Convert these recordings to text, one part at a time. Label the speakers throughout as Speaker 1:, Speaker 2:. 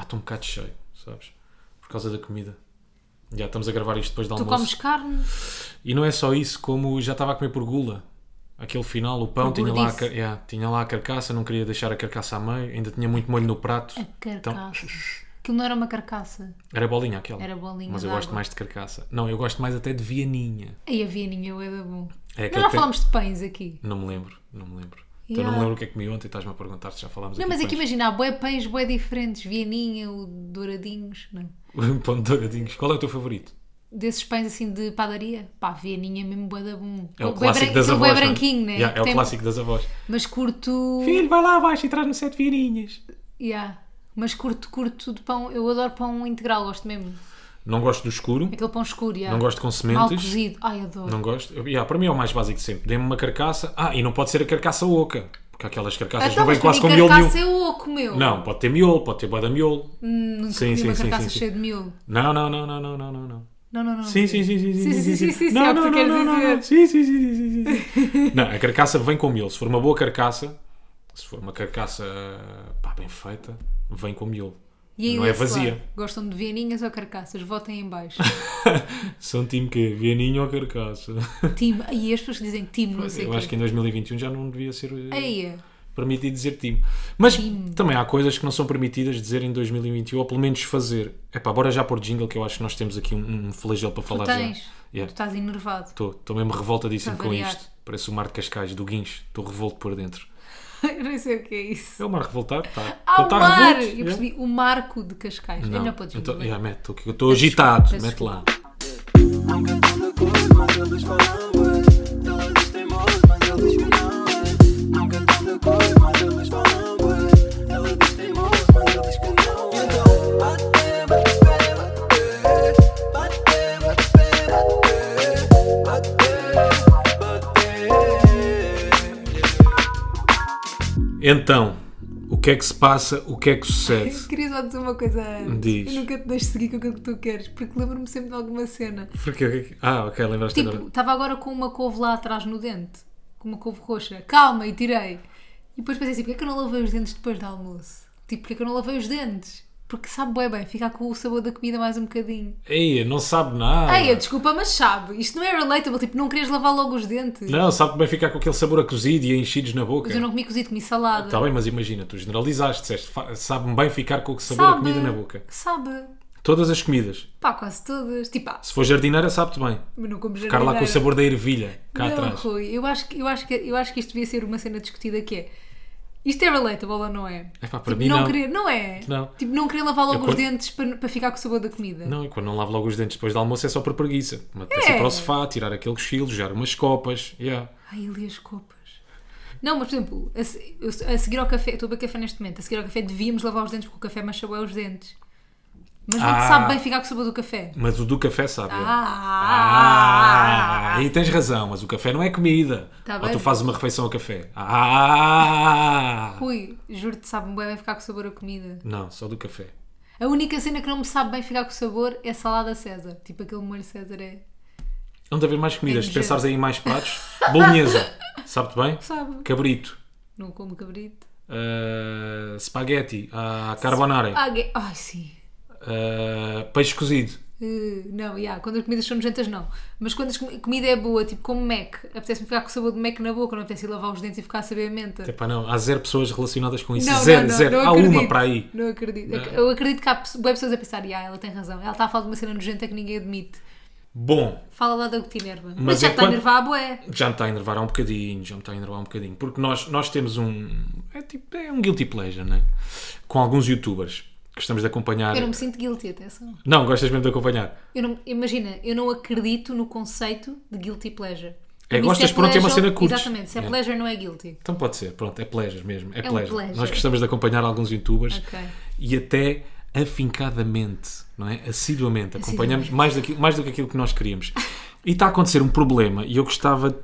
Speaker 1: estou um bocado cheio, sabes? Por causa da comida. Já estamos a gravar isto depois do
Speaker 2: Tu
Speaker 1: almoço.
Speaker 2: comes carne?
Speaker 1: E não é só isso, como já estava a comer por gula. Aquele final, o pão,
Speaker 2: Por
Speaker 1: tinha lá, a,
Speaker 2: gordice.
Speaker 1: ca- yeah, tinha lá a carcaça, não queria deixar a carcaça a meio, ainda tinha muito molho no prato. Então,
Speaker 2: A carcaça. Aquilo não era uma carcaça.
Speaker 1: era bolinha aquela.
Speaker 2: Era bolinha
Speaker 1: Mas eu
Speaker 2: de
Speaker 1: gosto
Speaker 2: água.
Speaker 1: mais de carcaça. Não, eu gosto mais até de vianinha.
Speaker 2: Aí havia ninho, eu era bom.
Speaker 1: É
Speaker 2: Nós
Speaker 1: aquele
Speaker 2: já
Speaker 1: pe-
Speaker 2: falámos de pães aqui.
Speaker 1: Não me lembro, não me lembro. Então
Speaker 2: Yeah.
Speaker 1: não me lembro o que é que comi ontem, estás-me a perguntar se já falámos
Speaker 2: Não,
Speaker 1: aqui.
Speaker 2: mas aqui
Speaker 1: de
Speaker 2: imagina, há bué pães bué diferentes. Vianinha, o douradinhos, não.
Speaker 1: pães. Pão de douradinhos. Qual é o teu favorito?
Speaker 2: Desses pães assim de padaria. Pá, Vianinha é mesmo bué da bom.
Speaker 1: É o
Speaker 2: Bué
Speaker 1: clássico
Speaker 2: bran-
Speaker 1: das
Speaker 2: aquele
Speaker 1: avós. não
Speaker 2: bué
Speaker 1: é?
Speaker 2: branquinho, né?
Speaker 1: Yeah, é o
Speaker 2: Tem-
Speaker 1: clássico das avós.
Speaker 2: Mas curto...
Speaker 1: Filho, vai lá abaixo e traz-me sete vianinhas.
Speaker 2: Yeah. Mas curto, curto de pão. Eu adoro pão integral, gosto mesmo.
Speaker 1: Não gosto do escuro,
Speaker 2: Aquele pão escuro, yeah.
Speaker 1: não gosto com
Speaker 2: Mal
Speaker 1: sementes.
Speaker 2: cozido. Ai, adoro.
Speaker 1: Não gosto. Eu- yeah, para mim é o mais básico de sempre. Dê-me uma carcaça. Ah, e não pode ser a carcaça oca. Porque aquelas carcaças
Speaker 2: Então,
Speaker 1: não vêm
Speaker 2: mas
Speaker 1: quase
Speaker 2: para mim
Speaker 1: com miolo nenhum.
Speaker 2: carcaça é oco, meu.
Speaker 1: Não, pode ter miolo, pode ter boda miolo.
Speaker 2: Hum, Nunca
Speaker 1: Sim,
Speaker 2: comi
Speaker 1: sim,
Speaker 2: uma
Speaker 1: sim,
Speaker 2: carcaça
Speaker 1: sim, sim.
Speaker 2: cheia de miolo.
Speaker 1: Não, não, não, não, não, não, não, não.
Speaker 2: Não, não, não.
Speaker 1: Sim, sim, sim, sim,
Speaker 2: Sim, sim, sim, sim, sim,
Speaker 1: Não,
Speaker 2: é o que
Speaker 1: não,
Speaker 2: tu
Speaker 1: não,
Speaker 2: queres
Speaker 1: não, não,
Speaker 2: dizer.
Speaker 1: não. Sim, sim, sim, sim, sim, sim. Não, a carcaça vem com miolo. Se for uma boa carcaça, se for uma carcaça pá, bem feita, vem com miolo.
Speaker 2: E aí,
Speaker 1: não é
Speaker 2: desse lado,
Speaker 1: vazia.
Speaker 2: Gostam de vianinhas ou carcaças? Votem em baixo.
Speaker 1: São um time que Vianinho ou carcaça?
Speaker 2: time. E as pessoas que dizem time, não sei
Speaker 1: Eu
Speaker 2: quê.
Speaker 1: acho que em 2021 já não devia ser eh,
Speaker 2: Aí é.
Speaker 1: permitido dizer time. Mas também há coisas que não são permitidas dizer em 2021, ou pelo menos fazer. É pá, bora já pôr jingle, que eu acho que nós temos aqui um, um flagelo para falar
Speaker 2: tens.
Speaker 1: já.
Speaker 2: Tu estás enervado.
Speaker 1: Estou mesmo revoltadíssimo
Speaker 2: Tá
Speaker 1: com
Speaker 2: variado.
Speaker 1: isto. Parece o Mar de Cascais do Guincho. Estou revolto por dentro.
Speaker 2: Eu não sei o que é isso.
Speaker 1: É o Mar revoltado? Tá.
Speaker 2: Ah,
Speaker 1: Quando
Speaker 2: o
Speaker 1: tá
Speaker 2: mar!
Speaker 1: revolto,
Speaker 2: Eu
Speaker 1: é?
Speaker 2: percebi. O marco de Cascais.
Speaker 1: Não,
Speaker 2: Eu não podes
Speaker 1: então,
Speaker 2: ver.
Speaker 1: yeah, mete, tô aqui- eu estou agitado.
Speaker 2: desculpa,
Speaker 1: Mete lá.
Speaker 3: Nunca estão de acordo, mas eles falam, ué. Todos teimosos, mas ele diz que não, é. Nunca estão de acordo, mas eles falam, ué. Ela diz teimoso, mas ele diz que não, é. Então, bate, bate, bate, bate. Bate, bate, bate, bate. Bate, yeah.
Speaker 1: Então, o que é que se passa? O que é que sucede?
Speaker 2: Queria só dizer uma coisa antes.
Speaker 1: Diz.
Speaker 2: Eu nunca te deixo seguir com aquilo que tu queres, porque lembro-me sempre de alguma cena.
Speaker 1: Porque, ah, ok, lembraste
Speaker 2: Tipo,
Speaker 1: agora.
Speaker 2: estava agora com uma couve lá atrás no dente, com uma couve roxa. Calma, e tirei. E depois pensei assim: porquê é que eu não lavei os dentes depois do almoço? Tipo, porquê é que eu não lavei os dentes? Porque sabe bem, bem, ficar com o sabor da comida mais um bocadinho.
Speaker 1: Ei, Ah, não sabe nada.
Speaker 2: Ai, eu desculpa, mas sabe, isto não é relatable, tipo, não querias lavar logo os dentes.
Speaker 1: Não, sabe bem ficar com aquele sabor a cozido e a enchidos na boca.
Speaker 2: Mas eu não comi cozido, comi salada.
Speaker 1: Está Tá bem, mas imagina, tu generalizaste, disseste, fa- sabe-me bem ficar com o sabor a comida na boca.
Speaker 2: Sabe.
Speaker 1: Todas as comidas.
Speaker 2: Pá, quase todas. Tipo, ah,
Speaker 1: Se for jardineira, sabe-te bem.
Speaker 2: mas não como
Speaker 1: Ficar lá com o
Speaker 2: jardineira.
Speaker 1: sabor da ervilha, cá
Speaker 2: não,
Speaker 1: atrás.
Speaker 2: Rui, eu acho, que- eu, acho que, eu acho que isto devia ser uma cena discutida que é isto é relatable ou não é?
Speaker 1: Epá, para
Speaker 2: tipo,
Speaker 1: mim não.
Speaker 2: Querer, não é?
Speaker 1: Não.
Speaker 2: Tipo, não querer lavar logo
Speaker 1: Eu
Speaker 2: os
Speaker 1: quando-
Speaker 2: dentes para, para ficar com o sabor da comida.
Speaker 1: Não, e quando não lavo logo os dentes depois do almoço é só por preguiça. Uma peça
Speaker 2: É.
Speaker 1: para o sofá, tirar aquele cochilo, jogar umas copas. Yeah.
Speaker 2: Ai, ali as copas. Não, mas por exemplo, a, se- eu- a seguir ao café, eu estou a beber café neste momento, a seguir ao café devíamos lavar os dentes porque o café mancha bem os dentes. Mas não te
Speaker 1: Ah.
Speaker 2: sabe bem ficar com o sabor do café.
Speaker 1: Mas o do café sabe. yeah. Ah,
Speaker 2: Ah!
Speaker 1: aí tens razão, mas o café não é comida.
Speaker 2: Tá
Speaker 1: Ou
Speaker 2: bem.
Speaker 1: tu fazes uma refeição ao café. Ah!
Speaker 2: Rui, juro-te, sabe-me bem ficar com o sabor da comida.
Speaker 1: Não, só do café.
Speaker 2: A única cena que não me sabe bem ficar com o sabor é salada César. Tipo, aquele molho César é.
Speaker 1: Hão de haver mais comidas.
Speaker 2: É
Speaker 1: Se pensares aí em mais pratos, bolonhesa, sabe-te bem?
Speaker 2: Sabe?
Speaker 1: Cabrito,
Speaker 2: Não como cabrito.
Speaker 1: ah, spaghetti, ah, carbonara,
Speaker 2: Ah, gue- Ai, sim.
Speaker 1: ah, peixe cozido.
Speaker 2: Uh, não, yeah, quando as comidas são nojentas, não. Mas quando a comida é boa, tipo como Mac, apetece-me ficar com o sabor de Mac na boca, não apetece ir lavar os dentes e ficar a saber a menta.
Speaker 1: Epá, não, há zero pessoas relacionadas com Tipo, isso.
Speaker 2: Não,
Speaker 1: zero,
Speaker 2: não, não,
Speaker 1: zero.
Speaker 2: não
Speaker 1: há
Speaker 2: acredito.
Speaker 1: uma para aí.
Speaker 2: Não acredito. Eu acredito que há pe- bué pessoas a pensar, yeah, ela tem razão, ela está a falar de uma cena nojenta que ninguém admite.
Speaker 1: Bom,
Speaker 2: Fala lá da que te enerva. Mas,
Speaker 1: Mas
Speaker 2: já
Speaker 1: é
Speaker 2: está
Speaker 1: quando-
Speaker 2: a enervar a bué.
Speaker 1: já me está a enervar há um bocadinho, já me está a enervar há um bocadinho, porque nós, nós temos um. É tipo, é um guilty pleasure, né? Com alguns youtubers que estamos de acompanhar.
Speaker 2: Eu não me sinto guilty, atenção.
Speaker 1: Não, gostas mesmo de acompanhar.
Speaker 2: Eu não, imagina, eu não acredito no conceito de guilty pleasure.
Speaker 1: É,
Speaker 2: Para mim,
Speaker 1: gostas,
Speaker 2: se
Speaker 1: pronto, é uma
Speaker 2: pleasure-
Speaker 1: cena que curtes.
Speaker 2: Exatamente, se é
Speaker 1: É.
Speaker 2: pleasure não é guilty.
Speaker 1: Então pode ser, pronto, é pleasure mesmo. É,
Speaker 2: um
Speaker 1: pleasure.
Speaker 2: pleasure.
Speaker 1: Nós gostamos de acompanhar alguns youtubers
Speaker 2: Ok.
Speaker 1: e até afincadamente, não é? Assiduamente. Acompanhamos mais, daquilo, mais do que aquilo que nós queríamos. E está a acontecer um problema e eu gostava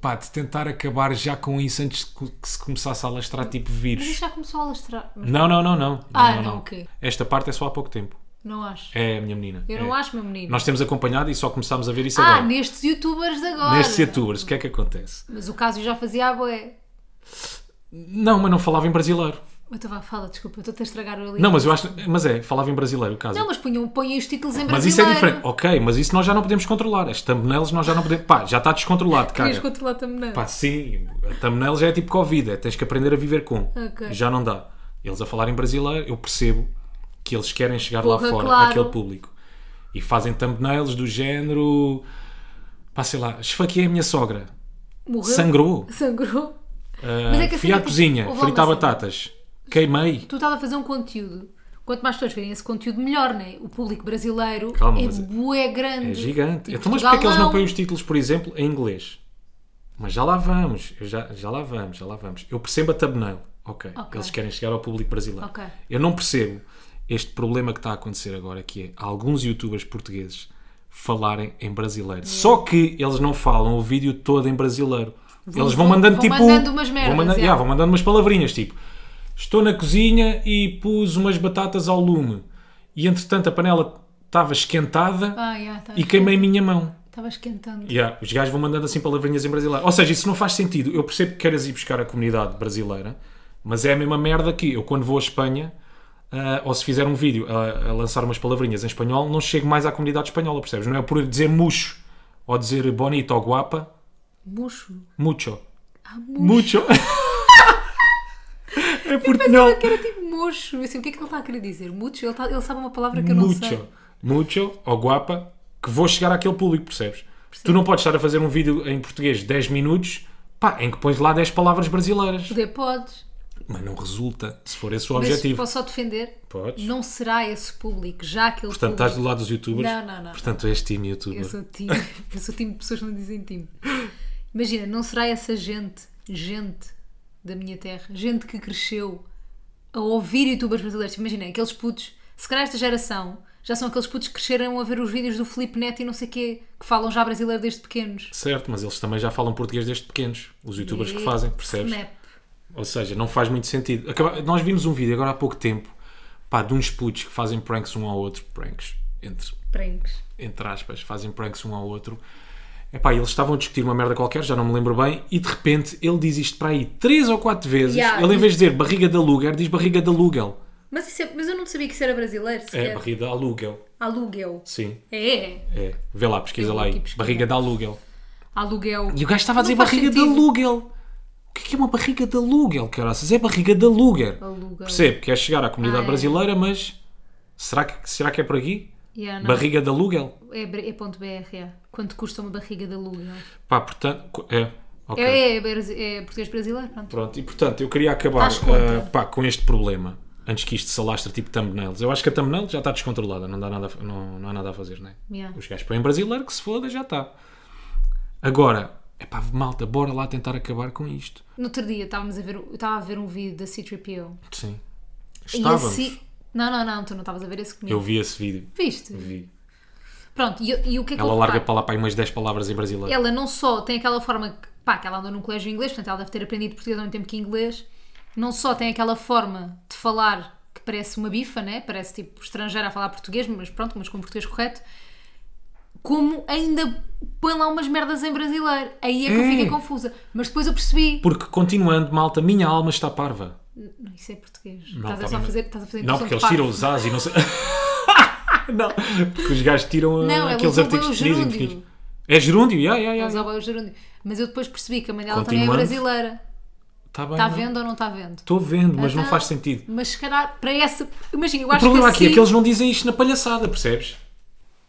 Speaker 1: pá, de tentar acabar já com isso antes que que se começasse a alastrar tipo
Speaker 2: Mas
Speaker 1: vírus.
Speaker 2: isto já começou a alastrar. Mas
Speaker 1: Não, não, não, não.
Speaker 2: Ah, não, ok.
Speaker 1: Esta parte é só há pouco tempo.
Speaker 2: Não acho.
Speaker 1: É, minha menina.
Speaker 2: Eu não acho, meu menino.
Speaker 1: Nós temos acompanhado e só começámos a ver isso
Speaker 2: ah,
Speaker 1: agora.
Speaker 2: nestes youtubers de agora.
Speaker 1: Nestes youtubers, o que é que acontece?
Speaker 2: Mas o caso já fazia a boé.
Speaker 1: Não, mas não falava em brasileiro.
Speaker 2: Eu estava a falar, então desculpa, eu estou-te a estragar ali.
Speaker 1: Não, mas eu acho. Mas é, falava em brasileiro o caso.
Speaker 2: Não, mas ponham, ponham os títulos em brasileiro.
Speaker 1: mas isso é diferente. Ok, mas isso nós já não podemos controlar. As thumbnails nós já não podemos. Pá, já está descontrolado, cara.
Speaker 2: Querias controlar também.
Speaker 1: Pá, sim, a thumbnail já é tipo Covid, é, tens que aprender a viver com.
Speaker 2: Ok.
Speaker 1: Já não dá. Eles a falarem brasileiro, eu percebo que eles querem chegar lá
Speaker 2: Porra,
Speaker 1: fora,
Speaker 2: claro.
Speaker 1: àquele público. E fazem thumbnails do género. pá, sei lá, esfaqueei a minha sogra,
Speaker 2: Morreu.
Speaker 1: sangrou,
Speaker 2: Sangrou.
Speaker 1: ah,
Speaker 2: Mas é que a
Speaker 1: fui
Speaker 2: cena
Speaker 1: à
Speaker 2: é que-
Speaker 1: cozinha,
Speaker 2: houve
Speaker 1: fritar
Speaker 2: uma cena.
Speaker 1: batatas, queimei.
Speaker 2: Tu estás a fazer um conteúdo. Quanto mais pessoas verem esse conteúdo, melhor, não é? O público brasileiro
Speaker 1: Calma,
Speaker 2: é
Speaker 1: mas é-
Speaker 2: bué grande.
Speaker 1: É gigante.
Speaker 2: E
Speaker 1: Então, mas
Speaker 2: Portugal
Speaker 1: porquê é que eles não
Speaker 2: não.
Speaker 1: põem os títulos, por exemplo, em inglês? Mas já lá vamos, eu já, já lá vamos, já lá vamos. Eu percebo a thumbnail, ok.
Speaker 2: Ok.
Speaker 1: Eles querem chegar ao público brasileiro.
Speaker 2: Ok.
Speaker 1: Eu não percebo este problema que está a acontecer agora, que é alguns youtubers portugueses falarem em brasileiro. Só que eles não falam o vídeo todo em brasileiro.
Speaker 2: Vão-
Speaker 1: eles vão
Speaker 2: vão-
Speaker 1: mandando
Speaker 2: vão
Speaker 1: tipo.
Speaker 2: mandando umas
Speaker 1: vão,
Speaker 2: merdas,
Speaker 1: manda-
Speaker 2: é.
Speaker 1: yeah, vão mandando umas palavrinhas tipo. Estou na cozinha e pus umas batatas ao lume. E entretanto a panela estava esquentada
Speaker 2: Ah, yeah, tá.
Speaker 1: e queimei minha mão.
Speaker 2: Estava esquentando.
Speaker 1: Yeah, os gajos vão mandando assim palavrinhas em brasileiro. Ou seja, isso não faz sentido. Eu percebo que queres ir buscar a comunidade brasileira, mas é a mesma merda que eu, quando vou à Espanha, ah, ou se fizer um vídeo a, a lançar umas palavrinhas em espanhol, não chego mais à comunidade espanhola, percebes? Não é por dizer mucho, ou dizer bonito ou guapa,
Speaker 2: Murcho.
Speaker 1: mucho.
Speaker 2: Ah, murcho.
Speaker 1: Mucho. é portunhol.
Speaker 2: Que era tipo mocho. Eu Assim, o que é que ele está a querer dizer? Mucho? Ele, tá- ele sabe uma palavra que eu não sei.
Speaker 1: mucho, mucho ou guapa que vou chegar àquele público, percebes? Tu não podes estar a fazer um vídeo em português de 10 minutos pá, em que pões lá 10 palavras brasileiras.
Speaker 2: Poder podes.
Speaker 1: Mas não resulta, se for esse o
Speaker 2: Mas
Speaker 1: objetivo.
Speaker 2: posso só defender?
Speaker 1: Podes.
Speaker 2: Não será esse público, já aquele
Speaker 1: Portanto, estás
Speaker 2: público.
Speaker 1: do lado dos youtubers.
Speaker 2: Não, não, não.
Speaker 1: Portanto, és time youtuber.
Speaker 2: Eu sou time. Eu sou time de pessoas que não dizem time. Imagina, não será essa gente, gente da minha terra, gente que cresceu a ouvir youtubers brasileiros. Imagina, aqueles putos, se calhar esta geração, já são aqueles putos que cresceram a ver os vídeos do Felipe Neto e não sei quê, que falam já brasileiro desde pequenos.
Speaker 1: Certo, mas eles também já falam português desde pequenos, os youtubers que fazem, percebes?
Speaker 2: Snap.
Speaker 1: Ou seja, não faz muito sentido. Acaba- Nós vimos um vídeo agora há pouco tempo pá, de uns putos que fazem pranks um ao outro, pranks, entre
Speaker 2: Pranks.
Speaker 1: entre aspas, fazem pranks um ao outro. Epá, eles estavam a discutir uma merda qualquer, já não me lembro bem, e de repente ele diz isto para aí três ou quatro vezes.
Speaker 2: Yeah.
Speaker 1: Ele, em vez de dizer barriga de aluguel, diz barriga de aluguel.
Speaker 2: Mas, isso é- mas eu não sabia que isso era brasileiro,
Speaker 1: É,
Speaker 2: sequer.
Speaker 1: barriga de aluguel,
Speaker 2: Aluguel.
Speaker 1: sim.
Speaker 2: É, é.
Speaker 1: É, vê lá, pesquisa
Speaker 2: Eu vou
Speaker 1: lá aí.
Speaker 2: aqui pesquisar.
Speaker 1: Barriga de aluguel.
Speaker 2: Aluguel.
Speaker 1: E o gajo estava a
Speaker 2: Não
Speaker 1: dizer
Speaker 2: faz
Speaker 1: barriga de
Speaker 2: sentido.
Speaker 1: aluguel. O que é que é uma barriga de aluguel, caraças? É barriga de aluguel.
Speaker 2: Aluguel.
Speaker 1: Percebo, quer chegar à comunidade
Speaker 2: Ah, é.
Speaker 1: brasileira, mas será que, será que é por aqui?
Speaker 2: Yeah, não.
Speaker 1: Barriga de aluguel?
Speaker 2: É, br- é ponto .br, é. Quanto custa uma barriga de aluguel?
Speaker 1: Pá, portanto, co- é. ok.
Speaker 2: É, é, brasi- é português brasileiro, pronto.
Speaker 1: Pronto, e portanto, eu queria acabar
Speaker 2: Estás contra?
Speaker 1: ah, pá, com este problema, antes que isto se alastre tipo thumbnails. Eu acho que a thumbnail já está descontrolada, não, dá nada a- não, não há nada a fazer, não é?
Speaker 2: Yeah.
Speaker 1: Os gajos põem brasileiro, que se foda, já está. Agora, é pá, malta, bora lá tentar acabar com isto.
Speaker 2: No outro dia estávamos a ver, eu estava a ver um vídeo da C3PO.
Speaker 1: Sim.
Speaker 2: E
Speaker 1: Estávamos.
Speaker 2: assim- Não, não, não, tu não estavas a ver esse comigo.
Speaker 1: Eu vi esse vídeo.
Speaker 2: Viste?
Speaker 1: Vi.
Speaker 2: Pronto, e, e o que é que
Speaker 1: Ela
Speaker 2: eu
Speaker 1: larga
Speaker 2: reparo?
Speaker 1: para lá para aí umas 10 palavras em brasileiro.
Speaker 2: Ela não só tem aquela forma que, pá, que ela andou num colégio inglês, portanto ela deve ter aprendido português ao mesmo tempo que inglês, não só tem aquela forma de falar que parece uma bifa, né? Parece tipo estrangeira a falar português, mas pronto, mas com português correto, como ainda põe lá umas merdas em brasileiro. Aí é que eu
Speaker 1: É.
Speaker 2: fiquei confusa. Mas depois eu percebi.
Speaker 1: Porque, continuando, malta, minha alma está parva.
Speaker 2: Não, isso é português.
Speaker 1: Não,
Speaker 2: estás, a
Speaker 1: tá
Speaker 2: só
Speaker 1: bem,
Speaker 2: fazer,
Speaker 1: mas-
Speaker 2: estás a fazer
Speaker 1: Não,
Speaker 2: impressão
Speaker 1: porque
Speaker 2: de
Speaker 1: eles tiram
Speaker 2: parvo.
Speaker 1: os as e não sei. não, porque os gajos tiram ah,
Speaker 2: Não, eles
Speaker 1: aqueles
Speaker 2: usam bem
Speaker 1: artigos
Speaker 2: o
Speaker 1: que dizem.
Speaker 2: gerúndio.
Speaker 1: porque- É gerúndio, yeah, yeah,
Speaker 2: Eles
Speaker 1: yeah.
Speaker 2: roubam o gerúndio. Mas eu depois percebi que a mãe dela também é
Speaker 1: Continuando.
Speaker 2: brasileira.
Speaker 1: Tá bem,
Speaker 2: Está
Speaker 1: não.
Speaker 2: vendo ou não está vendo?
Speaker 1: Estou vendo, mas não
Speaker 2: Então,
Speaker 1: faz sentido.
Speaker 2: Mas se calhar, para essa. Imagina, eu
Speaker 1: Uhum. O
Speaker 2: acho que.
Speaker 1: problema aqui é
Speaker 2: assim-
Speaker 1: que eles não dizem isto na palhaçada, percebes?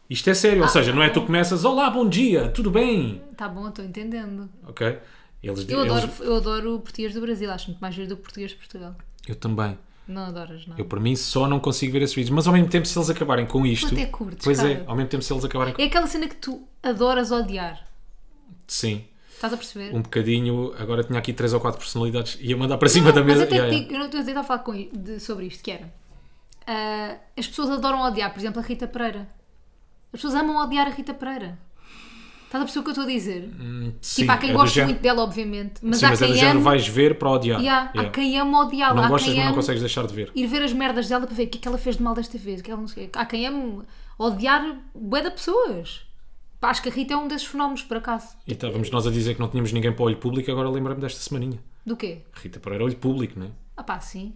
Speaker 1: Isto é sério,
Speaker 2: Ah,
Speaker 1: ou seja, não é tu começas, olá, bom dia, tudo bem,
Speaker 2: Tá bom, estou entendendo.
Speaker 1: ok? Eles,
Speaker 2: Eu
Speaker 1: eles-
Speaker 2: adoro, eu adoro o português do Brasil, acho muito mais giro do que o português de Portugal.
Speaker 1: eu também.
Speaker 2: Não adoras, não.
Speaker 1: Eu, para mim, só não consigo ver esses vídeos. Mas, ao mesmo tempo, se eles acabarem com isto...
Speaker 2: Quanto é curto,
Speaker 1: Pois é,
Speaker 2: cara?
Speaker 1: ao mesmo tempo, se eles acabarem com...
Speaker 2: É aquela cena que tu adoras odiar.
Speaker 1: Sim,
Speaker 2: Estás a perceber?
Speaker 1: um bocadinho... Agora tinha aqui três ou quatro personalidades. Ia mandar para cima da
Speaker 2: Mas
Speaker 1: mesa.
Speaker 2: eu até tipo,
Speaker 1: Yeah,
Speaker 2: te
Speaker 1: yeah.
Speaker 2: digo, eu não estou a tentar falar com, i- de- sobre isto, que era. ah, as pessoas adoram odiar, por exemplo, a Rita Pereira. As pessoas amam odiar a Rita Pereira. Estás a perceber o que eu estou a dizer?
Speaker 1: Sim,
Speaker 2: tipo, há quem
Speaker 1: é do
Speaker 2: goste
Speaker 1: género-
Speaker 2: muito dela, obviamente, mas
Speaker 1: Sim,
Speaker 2: há
Speaker 1: mas é do
Speaker 2: quem
Speaker 1: género
Speaker 2: ame.
Speaker 1: vais ver para odiar.
Speaker 2: Yeah, Há
Speaker 1: Yeah.
Speaker 2: quem ame odiá-la.
Speaker 1: Não
Speaker 2: há
Speaker 1: gostas,
Speaker 2: quem
Speaker 1: mas não
Speaker 2: ame-
Speaker 1: consegues deixar de ver.
Speaker 2: ir ver as merdas dela para ver o que é que ela fez de mal desta vez, o que é que ela não sei. o quê. Há quem ame odiar bué de pessoas. Pá, Acho que a Rita é um desses fenómenos, por acaso.
Speaker 1: E estávamos nós a dizer que não tínhamos ninguém para o olho público. Agora lembrei-me desta semaninha.
Speaker 2: Do quê?
Speaker 1: Rita Pereira, olho público, não é?
Speaker 2: Ah pá, sim.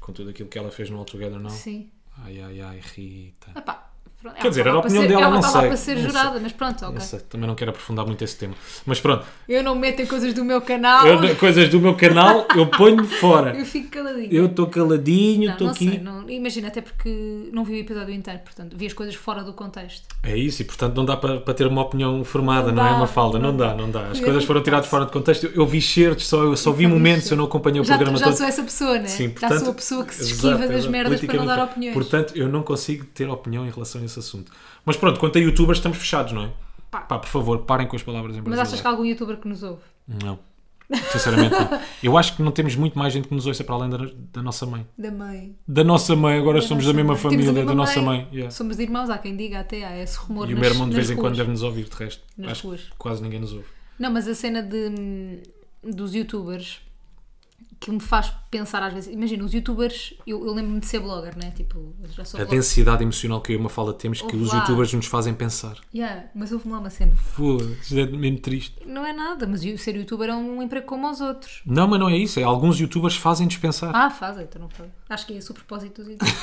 Speaker 1: com tudo aquilo que ela fez no All Together Now.
Speaker 2: Sim.
Speaker 1: Ai, ai, ai, Rita.
Speaker 2: Epá, pronto,
Speaker 1: Quer dizer, era
Speaker 2: ela
Speaker 1: a opinião
Speaker 2: estava para ser-
Speaker 1: dela,
Speaker 2: ela
Speaker 1: não
Speaker 2: estava
Speaker 1: sei.
Speaker 2: para ser
Speaker 1: Não
Speaker 2: jurada,
Speaker 1: sei.
Speaker 2: mas pronto, ok.
Speaker 1: Não sei, também não quero aprofundar muito esse tema. Mas pronto,
Speaker 2: Eu não meto em coisas do meu canal,
Speaker 1: eu-
Speaker 2: eu,
Speaker 1: coisas do meu canal, eu ponho-me fora.
Speaker 2: fico caladinha.
Speaker 1: Eu estou caladinho,
Speaker 2: não,
Speaker 1: estou
Speaker 2: não
Speaker 1: aqui.
Speaker 2: sei, não- imagina, até porque não vi o episódio inteiro, portanto, vi as coisas fora do contexto.
Speaker 1: É isso, e portanto não dá para, para ter uma opinião formada,
Speaker 2: Não
Speaker 1: não, é
Speaker 2: dá,
Speaker 1: uma falda, não,
Speaker 2: não
Speaker 1: dá,
Speaker 2: dá.
Speaker 1: não dá. As
Speaker 2: Eu
Speaker 1: coisas
Speaker 2: vi
Speaker 1: foram tiradas
Speaker 2: partes.
Speaker 1: fora de contexto. Eu vi certos, só, eu só vi
Speaker 2: Eu vi
Speaker 1: momentos,
Speaker 2: certo.
Speaker 1: eu não acompanhei o
Speaker 2: Já,
Speaker 1: programa
Speaker 2: já
Speaker 1: todo.
Speaker 2: sou essa pessoa, né?
Speaker 1: Sim,
Speaker 2: já
Speaker 1: portanto,
Speaker 2: sou a pessoa que se esquiva
Speaker 1: exato,
Speaker 2: das
Speaker 1: exato,
Speaker 2: merdas para não
Speaker 1: politicamente
Speaker 2: dar
Speaker 1: correto.
Speaker 2: opiniões.
Speaker 1: Portanto, eu não consigo ter opinião em relação a esse assunto. Mas pronto, quanto a youtubers, estamos fechados, não é?
Speaker 2: Pá.
Speaker 1: Pá, é. por favor, parem com as palavras em
Speaker 2: Mas
Speaker 1: brasileiro.
Speaker 2: achas que há algum youtuber que nos ouve?
Speaker 1: Não. Sinceramente, não. Eu acho que não temos muito mais gente que nos ouça para além da, da nossa mãe.
Speaker 2: Da mãe.
Speaker 1: Da nossa mãe, agora
Speaker 2: Da
Speaker 1: somos
Speaker 2: nossa
Speaker 1: da mesma
Speaker 2: mãe.
Speaker 1: família,
Speaker 2: Temos a
Speaker 1: da
Speaker 2: mesma
Speaker 1: nossa mãe. yeah.
Speaker 2: Somos irmãos, há quem diga até, há esse rumor
Speaker 1: E o
Speaker 2: nas-
Speaker 1: meu irmão de
Speaker 2: nas
Speaker 1: vez em quando
Speaker 2: ruas.
Speaker 1: deve nos ouvir, de resto.
Speaker 2: Nas
Speaker 1: Acho que
Speaker 2: ruas.
Speaker 1: quase ninguém nos ouve.
Speaker 2: Não, mas a cena de, dos youtubers que me faz pensar às vezes. Imagina, os youtubers, eu, eu lembro-me de ser blogger, né? Tipo, eu já sou
Speaker 1: A
Speaker 2: blogger.
Speaker 1: densidade emocional que eu e uma fala temos que
Speaker 2: Ouve
Speaker 1: os
Speaker 2: lá.
Speaker 1: youtubers nos fazem pensar.
Speaker 2: Yeah, mas houve-me lá uma cena.
Speaker 1: Pô, isso é mesmo triste.
Speaker 2: Não é nada, mas eu- ser youtuber é um emprego como os outros.
Speaker 1: Não, mas não é isso. É, alguns youtubers fazem-nos pensar.
Speaker 2: Ah, faz, então não faz. Acho que é esse o propósito dos youtubers.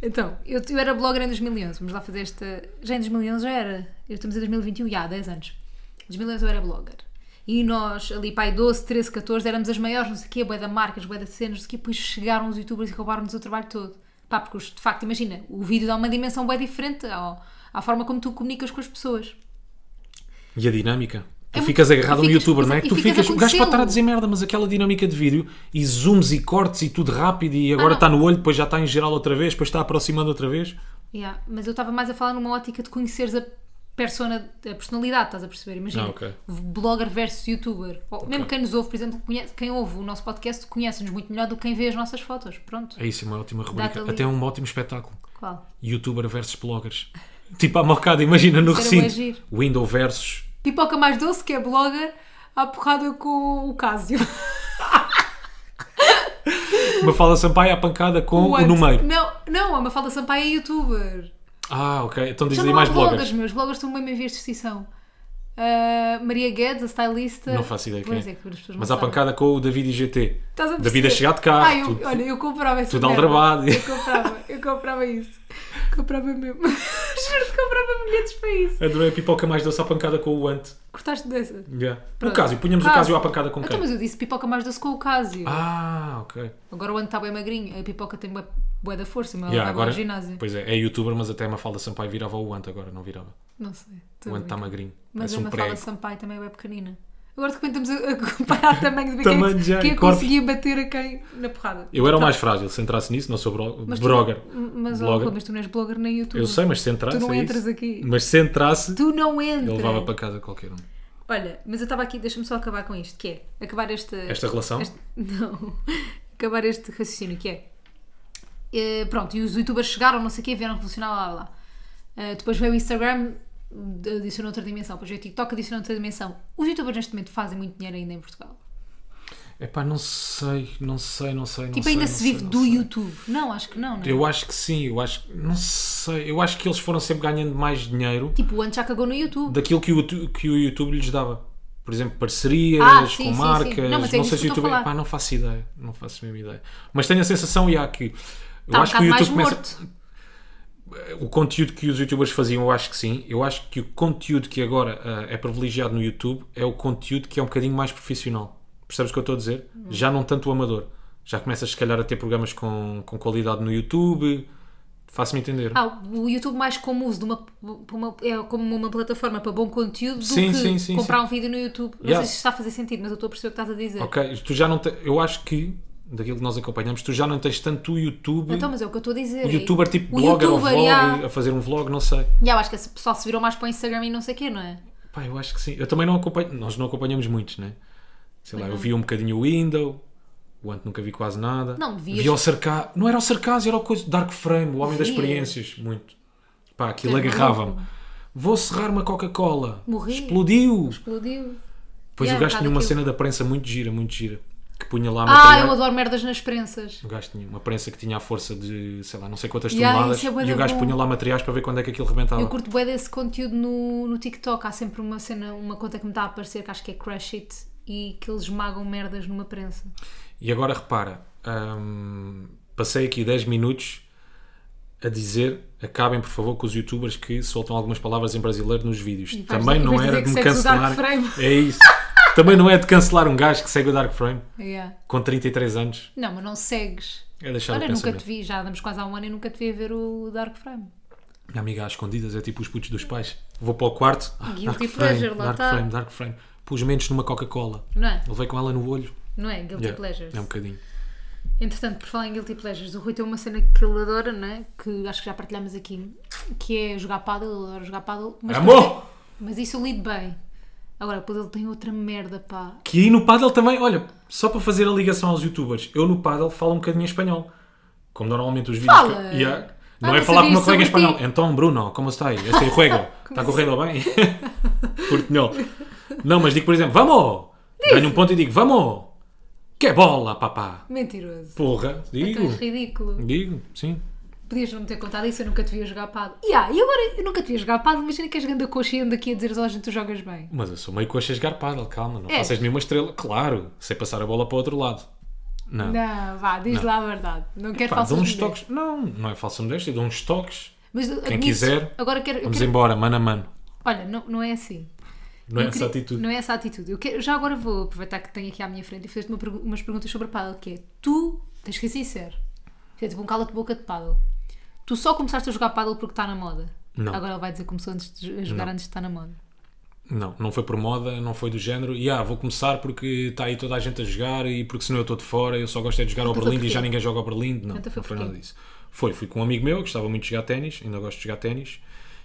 Speaker 2: então, eu, eu era blogger em 2011, vamos lá fazer esta. Já em 2011 já era. Eu estamos em 2021, já há 10 anos. Em 2011 eu era blogger. E nós, ali, pai, 12, 13, 14, éramos as maiores, não sei o quê, boia da marcas, boia da cenas, não sei o quê, depois chegaram os youtubers e roubaram-nos o trabalho todo. Pá, porque os- de facto, imagina, o vídeo dá uma dimensão bem diferente ao- à forma como tu comunicas com as pessoas.
Speaker 1: E a dinâmica? Tu
Speaker 2: É muito-
Speaker 1: ficas agarrado a um
Speaker 2: ficas-
Speaker 1: youtuber, não é?
Speaker 2: e
Speaker 1: Que tu
Speaker 2: ficas a
Speaker 1: ficas. O gajo pode estar a
Speaker 2: conhecê-lo.
Speaker 1: dizer merda, mas aquela dinâmica de vídeo e zooms e cortes e tudo rápido e agora
Speaker 2: Ah, não.
Speaker 1: está no olho, depois já está em geral outra vez, depois está aproximando outra vez.
Speaker 2: Yeah, mas eu estava mais a falar numa ótica de conheceres a persona, a personalidade, estás a perceber? Imagina,
Speaker 1: Ah, ok.
Speaker 2: blogger versus youtuber. Ou Mesmo quem nos ouve, por exemplo, conhece- quem ouve o nosso podcast conhece-nos muito melhor do que quem vê as nossas fotos. Pronto.
Speaker 1: É isso, é uma ótima rubrica.
Speaker 2: Dá-te ali.
Speaker 1: Até um ótimo espetáculo.
Speaker 2: Qual?
Speaker 1: Youtuber versus bloggers. Tipo, há bocado, imagina no
Speaker 2: Era bué
Speaker 1: recinto.
Speaker 2: giro.
Speaker 1: Window versus.
Speaker 2: Pipoca mais doce, que é blogger, à porrada com o Cásio.
Speaker 1: Uma fala Sampaio à pancada com o
Speaker 2: What?
Speaker 1: número.
Speaker 2: Não, não, a Mafalda Sampaio é youtuber.
Speaker 1: Ah, ok. Então diz aí
Speaker 2: Chamam
Speaker 1: mais
Speaker 2: bloggers,
Speaker 1: bloggers.
Speaker 2: meus. Bloggers estão mesmo em vias de extinção. Ah, Maria Guedes, a stylista.
Speaker 1: Não faço ideia quem
Speaker 2: Pois
Speaker 1: é.
Speaker 2: é, que as pessoas não
Speaker 1: Mas à
Speaker 2: sabem.
Speaker 1: pancada com o David e GT.
Speaker 2: Estás a
Speaker 1: David
Speaker 2: perceber?
Speaker 1: a chegar de carro.
Speaker 2: Ah, eu,
Speaker 1: tudo.
Speaker 2: olha, eu comprava essa
Speaker 1: tudo um
Speaker 2: merda.
Speaker 1: aldrabado.
Speaker 2: Eu comprava, eu comprava isso. Comprava mesmo. Juro que comprava bilhetes para isso.
Speaker 1: Adorei a pipoca mais doce à pancada com o ante.
Speaker 2: Cortaste dessa.
Speaker 1: Yeah. O
Speaker 2: Pronto.
Speaker 1: Cásio, punhamos o
Speaker 2: Cásio.
Speaker 1: Cásio à pancada com
Speaker 2: Então,
Speaker 1: quem?
Speaker 2: mas eu disse pipoca mais doce com o Cásio.
Speaker 1: Ah, ok.
Speaker 2: Agora o ano está bem magrinho. A pipoca tem uma boa da força, mas
Speaker 1: Yeah,
Speaker 2: ela vai agora...
Speaker 1: agora,
Speaker 2: ao ginásio.
Speaker 1: pois é, é youtuber, mas até a Mafalda Sampaio virava o ante agora, não virava.
Speaker 2: Não sei. tô
Speaker 1: O
Speaker 2: a
Speaker 1: ante está
Speaker 2: brincar.
Speaker 1: magrinho.
Speaker 2: Mas
Speaker 1: Parece
Speaker 2: a
Speaker 1: um
Speaker 2: Mafalda
Speaker 1: prego.
Speaker 2: Sampaio também é bem pequenina. Agora de repente estamos a- a comparar também de ver quem,
Speaker 1: Tamanho
Speaker 2: é que-
Speaker 1: já,
Speaker 2: quem é que
Speaker 1: corpo.
Speaker 2: conseguia bater a quem na porrada.
Speaker 1: Eu era o mais frágil, se entrasse nisso, não sou bro
Speaker 2: Então- Mas tu-
Speaker 1: blogger.
Speaker 2: Mas, ó,
Speaker 1: Blogger.
Speaker 2: mas tu não és blogger nem youtuber.
Speaker 1: Eu sei, mas se entrasse.
Speaker 2: Tu não
Speaker 1: é
Speaker 2: entras
Speaker 1: isso.
Speaker 2: aqui.
Speaker 1: Mas se entrasse,
Speaker 2: Tu não entras.
Speaker 1: ele levava para casa qualquer um.
Speaker 2: Olha, mas eu estava aqui, deixa-me só acabar com isto, que é acabar esta.
Speaker 1: Esta relação?
Speaker 2: este- não. acabar este raciocínio, que é. eh, pronto, e os youtubers chegaram, não sei o quê, vieram revolucionar, blá blá blá. Eh, depois veio o Instagram, adicionou outra dimensão. Depois veio o TikTok, adicionou outra dimensão. Os youtubers neste momento fazem muito dinheiro ainda em Portugal.
Speaker 1: Epá, não sei, não sei, não sei. não
Speaker 2: tipo,
Speaker 1: sei,
Speaker 2: ainda
Speaker 1: não
Speaker 2: se
Speaker 1: sei,
Speaker 2: vive
Speaker 1: não
Speaker 2: do
Speaker 1: sei.
Speaker 2: YouTube. Não, acho que não, não é?
Speaker 1: Eu acho que sim, eu acho não sei, eu acho que eles foram sempre ganhando mais dinheiro
Speaker 2: Tipo, o Ant já cagou no YouTube.
Speaker 1: daquilo que o, YouTube- que o YouTube lhes dava. Por exemplo, parcerias com
Speaker 2: Ah, sim, sim, sim.
Speaker 1: marcas,
Speaker 2: Não,
Speaker 1: não,
Speaker 2: mas é disso
Speaker 1: sei se o
Speaker 2: que eu estou
Speaker 1: YouTube.
Speaker 2: a falar.
Speaker 1: Pá, não faço ideia, não faço a mesma ideia. Mas tenho a sensação, e há que. Eu
Speaker 2: Está um
Speaker 1: acho que o
Speaker 2: bocado mais
Speaker 1: YouTube começa.
Speaker 2: morto.
Speaker 1: O conteúdo que os youtubers faziam, eu acho que sim. Eu acho que o conteúdo que agora ah, é privilegiado no YouTube é o conteúdo que é um bocadinho mais profissional. Percebes o que eu estou a dizer?
Speaker 2: Hum.
Speaker 1: Já não tanto o amador. Já começas, se calhar, a ter programas com, com qualidade no YouTube. Faço-me entender.
Speaker 2: Ah, o YouTube mais como uso de uma, para uma- é como uma plataforma para bom conteúdo do
Speaker 1: Sim,
Speaker 2: que
Speaker 1: sim, sim,
Speaker 2: comprar
Speaker 1: sim.
Speaker 2: um vídeo no YouTube. Não
Speaker 1: Yeah.
Speaker 2: sei se está a fazer sentido, mas eu estou a perceber o que estás a dizer.
Speaker 1: Ok, tu já não te- eu acho que daquilo que nós acompanhamos, tu já não tens tanto o YouTube,
Speaker 2: Então, mas é o que eu estou a dizer.
Speaker 1: o youtuber tipo
Speaker 2: O
Speaker 1: blogger ou
Speaker 2: youtuber,
Speaker 1: vlog,
Speaker 2: yeah.
Speaker 1: a fazer um vlog, não sei.
Speaker 2: Já, eu acho que esse pessoal se virou mais para o Instagram e não sei o quê, não é?
Speaker 1: Pá, eu acho que sim. Eu também não acompanho, nós não acompanhamos muitos, né? Sei
Speaker 2: Uhum.
Speaker 1: lá, eu vi um bocadinho o Window, o Ant nunca vi quase nada.
Speaker 2: Não, vias-
Speaker 1: Vi ao Sarcasmo, não era o Sarcasmo, era o coisa, Dark Frame, o Homem das
Speaker 2: Vias.
Speaker 1: Experiências, muito. Pá, aquilo
Speaker 2: Tu és
Speaker 1: agarrava-me.
Speaker 2: maluco.
Speaker 1: Vou serrar uma Coca-Cola.
Speaker 2: Morri.
Speaker 1: Explodiu.
Speaker 2: Explodiu.
Speaker 1: Depois
Speaker 2: Yeah,
Speaker 1: o gajo
Speaker 2: tá
Speaker 1: tinha uma
Speaker 2: daquilo.
Speaker 1: cena da prensa muito gira, muito gira. Que punha lá
Speaker 2: Ah,
Speaker 1: material-
Speaker 2: eu adoro merdas nas prensas.
Speaker 1: O gajo tinha uma prensa que tinha a força de, sei lá, não sei quantas
Speaker 2: Yeah,
Speaker 1: toneladas
Speaker 2: isso é bué
Speaker 1: e o
Speaker 2: da
Speaker 1: gajo
Speaker 2: bom.
Speaker 1: punha lá materiais para ver quando é que aquilo rebentava.
Speaker 2: Eu curto bem desse conteúdo no, no TikTok. Há sempre uma cena, uma conta que me está a aparecer que acho que é Crash It e que eles esmagam merdas numa prensa.
Speaker 1: E agora repara, hum, passei aqui 10 minutos a dizer acabem por favor com os youtubers que soltam algumas palavras em brasileiro nos vídeos.
Speaker 2: E vais
Speaker 1: Também
Speaker 2: dizer-
Speaker 1: não
Speaker 2: vais
Speaker 1: era
Speaker 2: dizer
Speaker 1: de
Speaker 2: que
Speaker 1: me
Speaker 2: segues o
Speaker 1: cancelar.
Speaker 2: Dark Frame.
Speaker 1: É isso. Também não é de cancelar um gajo que segue o Dark Frame
Speaker 2: Yeah.
Speaker 1: com 33 anos.
Speaker 2: Não, mas não segues.
Speaker 1: É deixar
Speaker 2: Olha,
Speaker 1: o
Speaker 2: nunca
Speaker 1: pensamento.
Speaker 2: te vi, já andamos quase há um ano e nunca te vi a ver o Dark Frame.
Speaker 1: Minha amiga às escondidas é tipo os putos dos pais. Vou para o quarto. Ah,
Speaker 2: Guilty
Speaker 1: dark frame,
Speaker 2: pleasure, lá
Speaker 1: dark
Speaker 2: tá.
Speaker 1: frame, dark frame. Pus mentos numa Coca-Cola.
Speaker 2: Não é?
Speaker 1: Levei com ela no olho.
Speaker 2: Não é? Guilty
Speaker 1: Yeah,
Speaker 2: Pleasures.
Speaker 1: É um bocadinho.
Speaker 2: Entretanto, por falar em Guilty Pleasures, o Rui tem uma cena que ele adora, não é? Que acho que já partilhamos aqui, que é jogar paddle, ele adora jogar paddle. Mas
Speaker 1: Amor!
Speaker 2: Mas isso eu lido bem. Agora, depois ele tem outra merda, pá.
Speaker 1: Que aí no paddle também, olha, só para fazer a ligação aos youtubers, eu no paddle falo um bocadinho em espanhol. Como normalmente os vídeos.
Speaker 2: Fala!
Speaker 1: que- Yeah.
Speaker 2: Ah,
Speaker 1: Não é
Speaker 2: não
Speaker 1: falar com
Speaker 2: sabia
Speaker 1: uma colega em
Speaker 2: sobre
Speaker 1: espanhol.
Speaker 2: ti.
Speaker 1: Então, Bruno, como está aí? Este juego. Está correndo bem? Portunhol. Não, mas digo, por exemplo, vamos! Ganho um ponto e digo, vamos! Que bola, papá!
Speaker 2: Mentiroso.
Speaker 1: Porra,
Speaker 2: Então
Speaker 1: digo.
Speaker 2: és ridículo.
Speaker 1: Digo, sim.
Speaker 2: Podias não me ter contado isso, eu nunca te via jogar paddle. Yeah, e agora eu nunca te via jogar paddle, imagina que és grande a coxa e ando aqui a dizeres, ó, gente, tu jogas bem.
Speaker 1: Mas eu sou meio coxa a jogar paddle, calma, não
Speaker 2: É.
Speaker 1: faças nenhuma estrela. Claro, sei passar a bola para o outro lado. Não.
Speaker 2: Não, vá, diz lá a verdade. Não quero
Speaker 1: Pá,
Speaker 2: falsas
Speaker 1: dou uns
Speaker 2: medidas.
Speaker 1: toques. Não, não é falsa modéstia, dou uns toques.
Speaker 2: Mas admites-
Speaker 1: quiser,
Speaker 2: Agora quero. eu
Speaker 1: Vamos
Speaker 2: quero-
Speaker 1: embora, mano a mano.
Speaker 2: Olha, não, não é assim.
Speaker 1: Não é
Speaker 2: Eu
Speaker 1: essa
Speaker 2: queria-
Speaker 1: atitude.
Speaker 2: Não é essa atitude. Eu quero- já agora vou aproveitar que tenho aqui à minha frente e fazer-te uma pergu- umas perguntas sobre a paddle, que é tu tens que assim ser sincero. É tipo um cala-te-boca de paddle. Tu só começaste a jogar paddle porque está na moda.
Speaker 1: Não.
Speaker 2: Agora ele vai dizer que começou antes de, a jogar antes de estar na moda.
Speaker 1: Não, não foi por moda, não foi do género. E ah, vou começar porque está aí toda a gente a jogar e porque senão eu estou de fora, eu só gosto é de jogar ao
Speaker 2: foi
Speaker 1: Berlim e
Speaker 2: Então, porquê?
Speaker 1: já ninguém joga ao Berlim. Não,
Speaker 2: Então
Speaker 1: não foi
Speaker 2: foi porquê?
Speaker 1: nada disso. Foi, fui com um amigo meu que gostava muito de jogar ténis, ainda gosto de jogar ténis,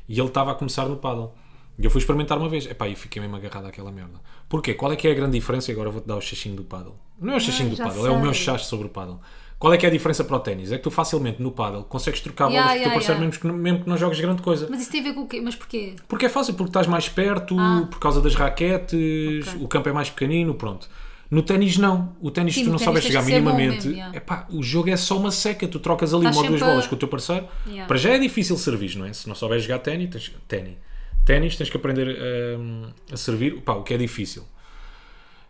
Speaker 1: e ele estava a começar no paddle. E eu fui experimentar uma vez. Epá, e fiquei mesmo agarrado àquela merda. Porquê? Qual é que é a grande diferença? E agora vou-te dar o chachinho do paddle. Não é o chachinho do
Speaker 2: Ah, já
Speaker 1: paddle, é o
Speaker 2: sei.
Speaker 1: meu chacho sobre o paddle. Qual é que é a diferença para o ténis? É que tu facilmente no paddle consegues trocar
Speaker 2: Yeah,
Speaker 1: bolas com o teu
Speaker 2: yeah,
Speaker 1: parceiro
Speaker 2: yeah.
Speaker 1: mesmo, que, não- mesmo que não jogues grande coisa.
Speaker 2: Mas isso tem a ver com o quê? Mas porquê?
Speaker 1: Porque é fácil, porque estás mais perto, por causa das raquetes,
Speaker 2: Ah. Ok.
Speaker 1: o campo é mais pequenino, pronto. No ténis não. O ténis
Speaker 2: Sim,
Speaker 1: tu
Speaker 2: no
Speaker 1: não
Speaker 2: ténis
Speaker 1: souber
Speaker 2: tens
Speaker 1: chegar
Speaker 2: que ser bom
Speaker 1: minimamente.
Speaker 2: mesmo, yeah.
Speaker 1: Epá, o jogo é só uma seca. Tu trocas ali
Speaker 2: Estás
Speaker 1: uma ou duas
Speaker 2: sempre a-
Speaker 1: bolas com o teu parceiro.
Speaker 2: Yeah.
Speaker 1: Para já é difícil servir, não é? Se não souberes jogar ténis, tens, ténis, ténis, tens que aprender hum, a servir, Epá, o que é difícil.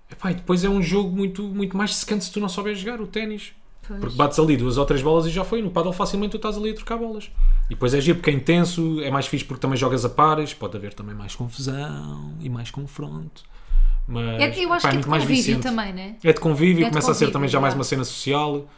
Speaker 1: Epá, e depois é um jogo muito, muito mais secante se tu não souberes jogar o ténis.
Speaker 2: Pois.
Speaker 1: Porque bates ali duas ou três bolas e já foi. No paddle facilmente tu estás ali a trocar bolas. E depois é giro porque é intenso, é mais fixe porque também jogas a pares, pode haver também mais confusão e mais confronto. Mas
Speaker 2: É que eu acho
Speaker 1: epá,
Speaker 2: que é de convívio
Speaker 1: viciante.
Speaker 2: também, né?
Speaker 1: É de convívio,
Speaker 2: É de
Speaker 1: começa a ser
Speaker 2: convívio,
Speaker 1: também já mais
Speaker 2: verdade.
Speaker 1: uma cena social.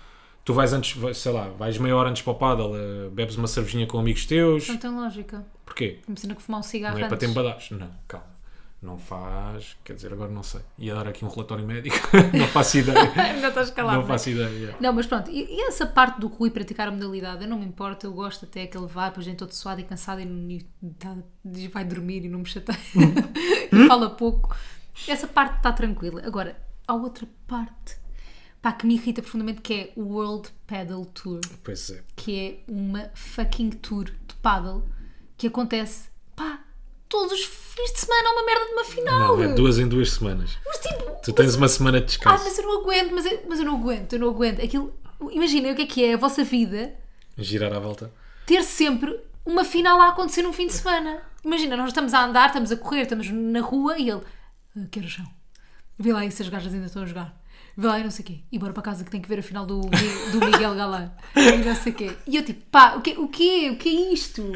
Speaker 1: Tu vais antes, vai- sei lá, vais meia hora antes para o paddle, eh, bebes uma cervejinha com amigos teus.
Speaker 2: Não tem lógica.
Speaker 1: Porquê?
Speaker 2: Começando a fumar um cigarro
Speaker 1: Não é para
Speaker 2: antes.
Speaker 1: ter embadares. Não, calma. Não faz, quer dizer, agora não sei. Ia dar aqui um relatório médico, não faço ideia.
Speaker 2: Ainda estás calado.
Speaker 1: não
Speaker 2: né?
Speaker 1: faço ideia.
Speaker 2: Não, mas pronto, e, e essa parte do Rui praticar a modalidade, eu não me importo, eu gosto até que ele vá, depois vem todo suado e cansado e, não- e tá- diz, vai dormir e não me chateia
Speaker 1: Hum?
Speaker 2: e fala pouco. Essa parte está tranquila. Agora, há outra parte pá, que me irrita profundamente que é o World Paddle Tour,
Speaker 1: Pois é,
Speaker 2: que é uma fucking tour de paddle que acontece pá, todos os fins de semana há uma merda de uma final.
Speaker 1: Não, é duas em duas semanas.
Speaker 2: Mas tipo,
Speaker 1: Tu tens uma semana de
Speaker 2: ah,
Speaker 1: descanso.
Speaker 2: mas eu não aguento, mas eu, mas eu não aguento, eu não aguento. Aquilo, imaginem o que é que é a vossa vida
Speaker 1: Girar à volta.
Speaker 2: ter sempre uma final a acontecer num fim de semana. Imagina, nós estamos a andar, estamos a correr, estamos na rua e ele, "Ah, quero chão. Vê lá isso, as gajas ainda estão a jogar. Vê lá e não sei o quê. E bora para casa que tem que ver a final do, Mi- do Miguel Galã. E não sei o quê. E eu tipo, pá, o quê? O quê? O que é isto?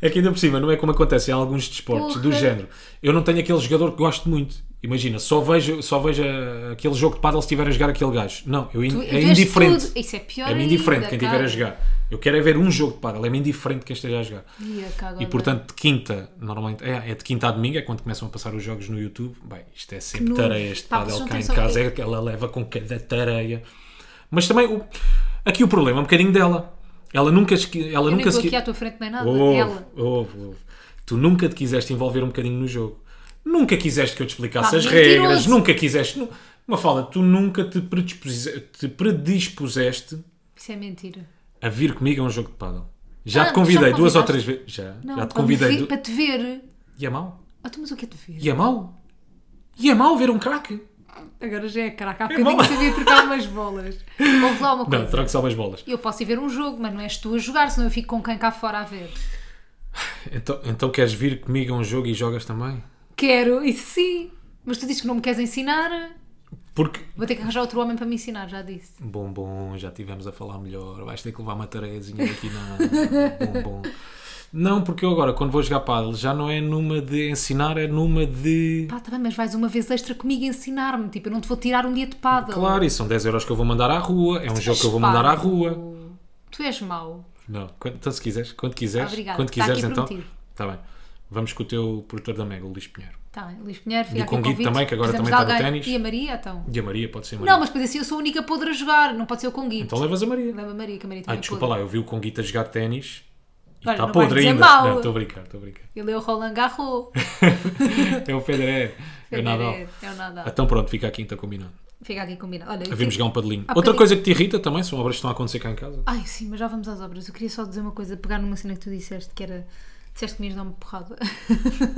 Speaker 1: É que ainda por cima, não é como acontece em alguns desportos
Speaker 2: Porra.
Speaker 1: do género. Eu não tenho aquele jogador que gosto muito. Imagina, só vejo, só vejo ah, aquele jogo de paddle se estiver a jogar aquele gajo. Não, eu in-
Speaker 2: Tu
Speaker 1: é
Speaker 2: vês
Speaker 1: indiferente.
Speaker 2: tudo. Isso é pior
Speaker 1: É-me indiferente
Speaker 2: ainda,
Speaker 1: quem
Speaker 2: cara.
Speaker 1: estiver a jogar. Eu quero é ver um jogo de paddle, é-me indiferente quem esteja a jogar.
Speaker 2: Ia, cago
Speaker 1: E
Speaker 2: agora.
Speaker 1: portanto, de quinta, normalmente, é, é de quinta a domingo, é quando começam a passar os jogos no YouTube. Bem, isto é sempre
Speaker 2: nojo.
Speaker 1: tareias de
Speaker 2: Pá,
Speaker 1: paddle
Speaker 2: vocês não
Speaker 1: cá
Speaker 2: têm
Speaker 1: em
Speaker 2: só-
Speaker 1: casa, é que ela leva com cada tareia. Mas também, o- aqui o problema é um bocadinho dela. Ela nunca, esqui- ela
Speaker 2: eu nem
Speaker 1: nunca Oh.
Speaker 2: estou
Speaker 1: esqui-
Speaker 2: aqui à tua frente nem nada.
Speaker 1: Ouve,
Speaker 2: Ela.
Speaker 1: ouve, ouve. Tu nunca te quiseste envolver um bocadinho no jogo. Nunca quiseste que eu te explicasse
Speaker 2: Pá,
Speaker 1: as
Speaker 2: mentiroso.
Speaker 1: regras. Nunca quiseste. nu- Uma fala, tu nunca te, predispuse- te predispuseste
Speaker 2: Isso é mentira.
Speaker 1: a vir comigo a um jogo de paddle. Já
Speaker 2: Ah,
Speaker 1: te convidei
Speaker 2: já me
Speaker 1: duas ou três
Speaker 2: convidaste?
Speaker 1: vezes. Já,
Speaker 2: Não,
Speaker 1: já te
Speaker 2: para me
Speaker 1: convidei.
Speaker 2: ver-
Speaker 1: du-
Speaker 2: Para te ver.
Speaker 1: E é mau?
Speaker 2: Ah, tu, mas o que é te ver?
Speaker 1: E é mau? E é mau ver um craque?
Speaker 2: Agora já é caraca, há
Speaker 1: É
Speaker 2: bocadinho
Speaker 1: bola.
Speaker 2: sabia trocar umas bolas. Vou lá
Speaker 1: Não,
Speaker 2: uma
Speaker 1: tá.
Speaker 2: coisa.
Speaker 1: troco só umas bolas.
Speaker 2: eu posso ir ver um jogo, mas não és tu a jogar, senão eu fico com quem cá fora a ver.
Speaker 1: Então, então queres vir comigo a um jogo e jogas também?
Speaker 2: Quero, isso sim. Mas tu dizes que não me queres ensinar.
Speaker 1: Porque
Speaker 2: Vou ter que arranjar outro homem para me ensinar, já disse.
Speaker 1: Bom, bom, já tivemos a falar melhor. Vais ter que levar uma tareazinha aqui na. bom, bom. Não, porque eu agora, quando vou jogar paddle, já não é numa de ensinar, é numa de.
Speaker 2: Pá, tá bem, mas vais uma vez extra comigo ensinar-me. Tipo, eu não te vou tirar um dia de paddle.
Speaker 1: Claro, e são 10 euros que eu vou mandar à rua, é um jogo que eu vou
Speaker 2: Mas, pá,
Speaker 1: mandar à rua.
Speaker 2: Tu és mau.
Speaker 1: Não, quando- então se quiseres, quando quiseres,
Speaker 2: Obrigada,
Speaker 1: quando
Speaker 2: está
Speaker 1: quiseres,
Speaker 2: aqui
Speaker 1: então.
Speaker 2: prometido.
Speaker 1: Está bem. Vamos com o teu produtor da Mega, o Luís Pinheiro.
Speaker 2: Tá, bem, Luís Pinheiro, fica
Speaker 1: E o
Speaker 2: aqui o
Speaker 1: Conguito
Speaker 2: convite.
Speaker 1: também, que agora
Speaker 2: Precisamos
Speaker 1: também
Speaker 2: de
Speaker 1: está no
Speaker 2: alguém.
Speaker 1: ténis.
Speaker 2: E a Maria, então?
Speaker 1: E a Maria pode ser a Maria.
Speaker 2: Não, mas depois assim eu sou a única podre a jogar. Não pode ser o Conguito.
Speaker 1: Então levas a Maria.
Speaker 2: Leva a Maria, que a Maria
Speaker 1: Ai,
Speaker 2: também é
Speaker 1: Ah, desculpa
Speaker 2: podre.
Speaker 1: lá, eu vi o Conguita jogar ténis e
Speaker 2: Olha,
Speaker 1: está
Speaker 2: não vais
Speaker 1: podre
Speaker 2: dizer
Speaker 1: ainda.
Speaker 2: mal.
Speaker 1: Não, estou a brincar, estou a brincar.
Speaker 2: Ele é o Roland Garros.
Speaker 1: É o Federer, é o Nadal.
Speaker 2: É o Nadal.
Speaker 1: Então pronto, fica aqui então combinado.
Speaker 2: Fica aqui combinado. Olha, eu
Speaker 1: Vimos
Speaker 2: fico-
Speaker 1: jogar um padelinho.
Speaker 2: Há
Speaker 1: Outra
Speaker 2: bocadinho-
Speaker 1: coisa que te irrita também são obras que estão a acontecer cá em casa.
Speaker 2: Ai, sim, mas já vamos às obras. Eu queria só dizer uma coisa, pegar numa cena que tu disseste, que era. Disseste que me ias dar uma porrada.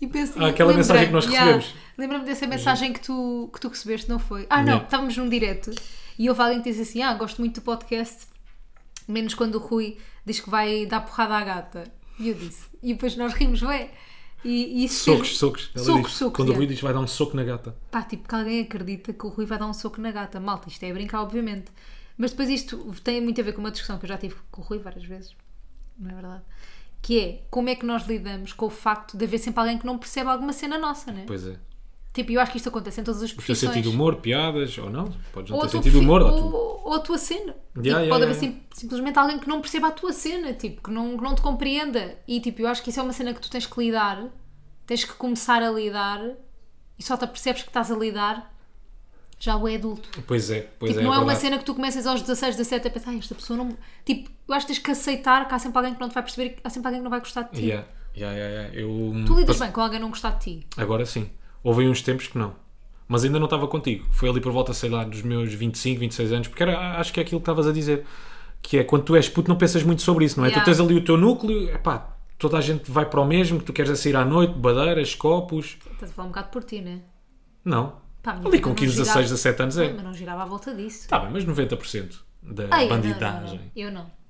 Speaker 2: e pensei.
Speaker 1: Ah, aquela mensagem que nós recebemos.
Speaker 2: Lembra-me dessa mensagem que tu, que tu recebeste, não foi? Ah, não,
Speaker 1: Yeah.
Speaker 2: estávamos num direto e houve alguém que disse assim: Ah, gosto muito do podcast, menos quando o Rui diz que vai dar porrada à gata. E eu disse. E depois nós rimos, ué. E, e isso fez-
Speaker 1: Socos, socos. Ela
Speaker 2: Socos,
Speaker 1: diz,
Speaker 2: socos, é.
Speaker 1: Quando o
Speaker 2: yeah.
Speaker 1: Rui diz vai dar um soco na gata.
Speaker 2: Pá, tipo, que alguém acredita que o Rui vai dar um soco na gata. Malta, isto é a brincar, obviamente. Mas depois isto tem muito a ver com uma discussão que eu já tive com o Rui várias vezes, não é verdade? Que é como é que nós lidamos com o facto de haver sempre alguém que não percebe alguma cena nossa, né?
Speaker 1: Pois é.
Speaker 2: Tipo, eu acho que isto acontece em todas as
Speaker 1: O teu
Speaker 2: profissões.
Speaker 1: sentido de humor, piadas ou não. Podes não
Speaker 2: ou, a
Speaker 1: ter
Speaker 2: tua
Speaker 1: sentido de
Speaker 2: profi-
Speaker 1: humor. ou tu-
Speaker 2: ou, ou a tua cena. Tipo,
Speaker 1: yeah,
Speaker 2: pode
Speaker 1: yeah.
Speaker 2: haver sim- simplesmente alguém que não perceba a tua cena, tipo, que não, que não te compreenda. E tipo, eu acho que isso é uma cena que tu tens que lidar, tens que começar a lidar e só te apercebes que estás a lidar já o é adulto.
Speaker 1: Pois é, pois
Speaker 2: tipo,
Speaker 1: é.
Speaker 2: não é, uma
Speaker 1: verdade.
Speaker 2: cena que tu começas aos 16, 17 a pensar, "Ai, esta pessoa não. Tipo, eu acho que tens que aceitar que há sempre alguém que não te vai perceber, que há sempre alguém que não vai gostar de ti.
Speaker 1: Yeah, yeah, yeah, yeah. Eu,
Speaker 2: assim. Tu lidas
Speaker 1: passe-
Speaker 2: bem com alguém não gostar de ti.
Speaker 1: Agora sim. Houve aí uns tempos que não. Mas ainda não estava contigo. Foi ali por volta, sei lá, dos meus 25, 26 anos, porque era, acho que é aquilo que estavas a dizer. Que é quando tu és puto, não pensas muito sobre isso, não é?
Speaker 2: Yeah.
Speaker 1: Tu tens ali o teu núcleo, epá, toda a gente vai para o mesmo, que tu queres é sair à noite, badeiras, copos.
Speaker 2: Estás a falar um bocado por ti, né?
Speaker 1: Não.
Speaker 2: Pá, minha
Speaker 1: ali
Speaker 2: vida
Speaker 1: com
Speaker 2: não
Speaker 1: 15,
Speaker 2: girava-
Speaker 1: 16, 17 anos é.
Speaker 2: Mas não girava à volta disso.
Speaker 1: Está bem, mas 90% da
Speaker 2: Ai, eu não,
Speaker 1: bandidagem.
Speaker 2: não, não. Eu não.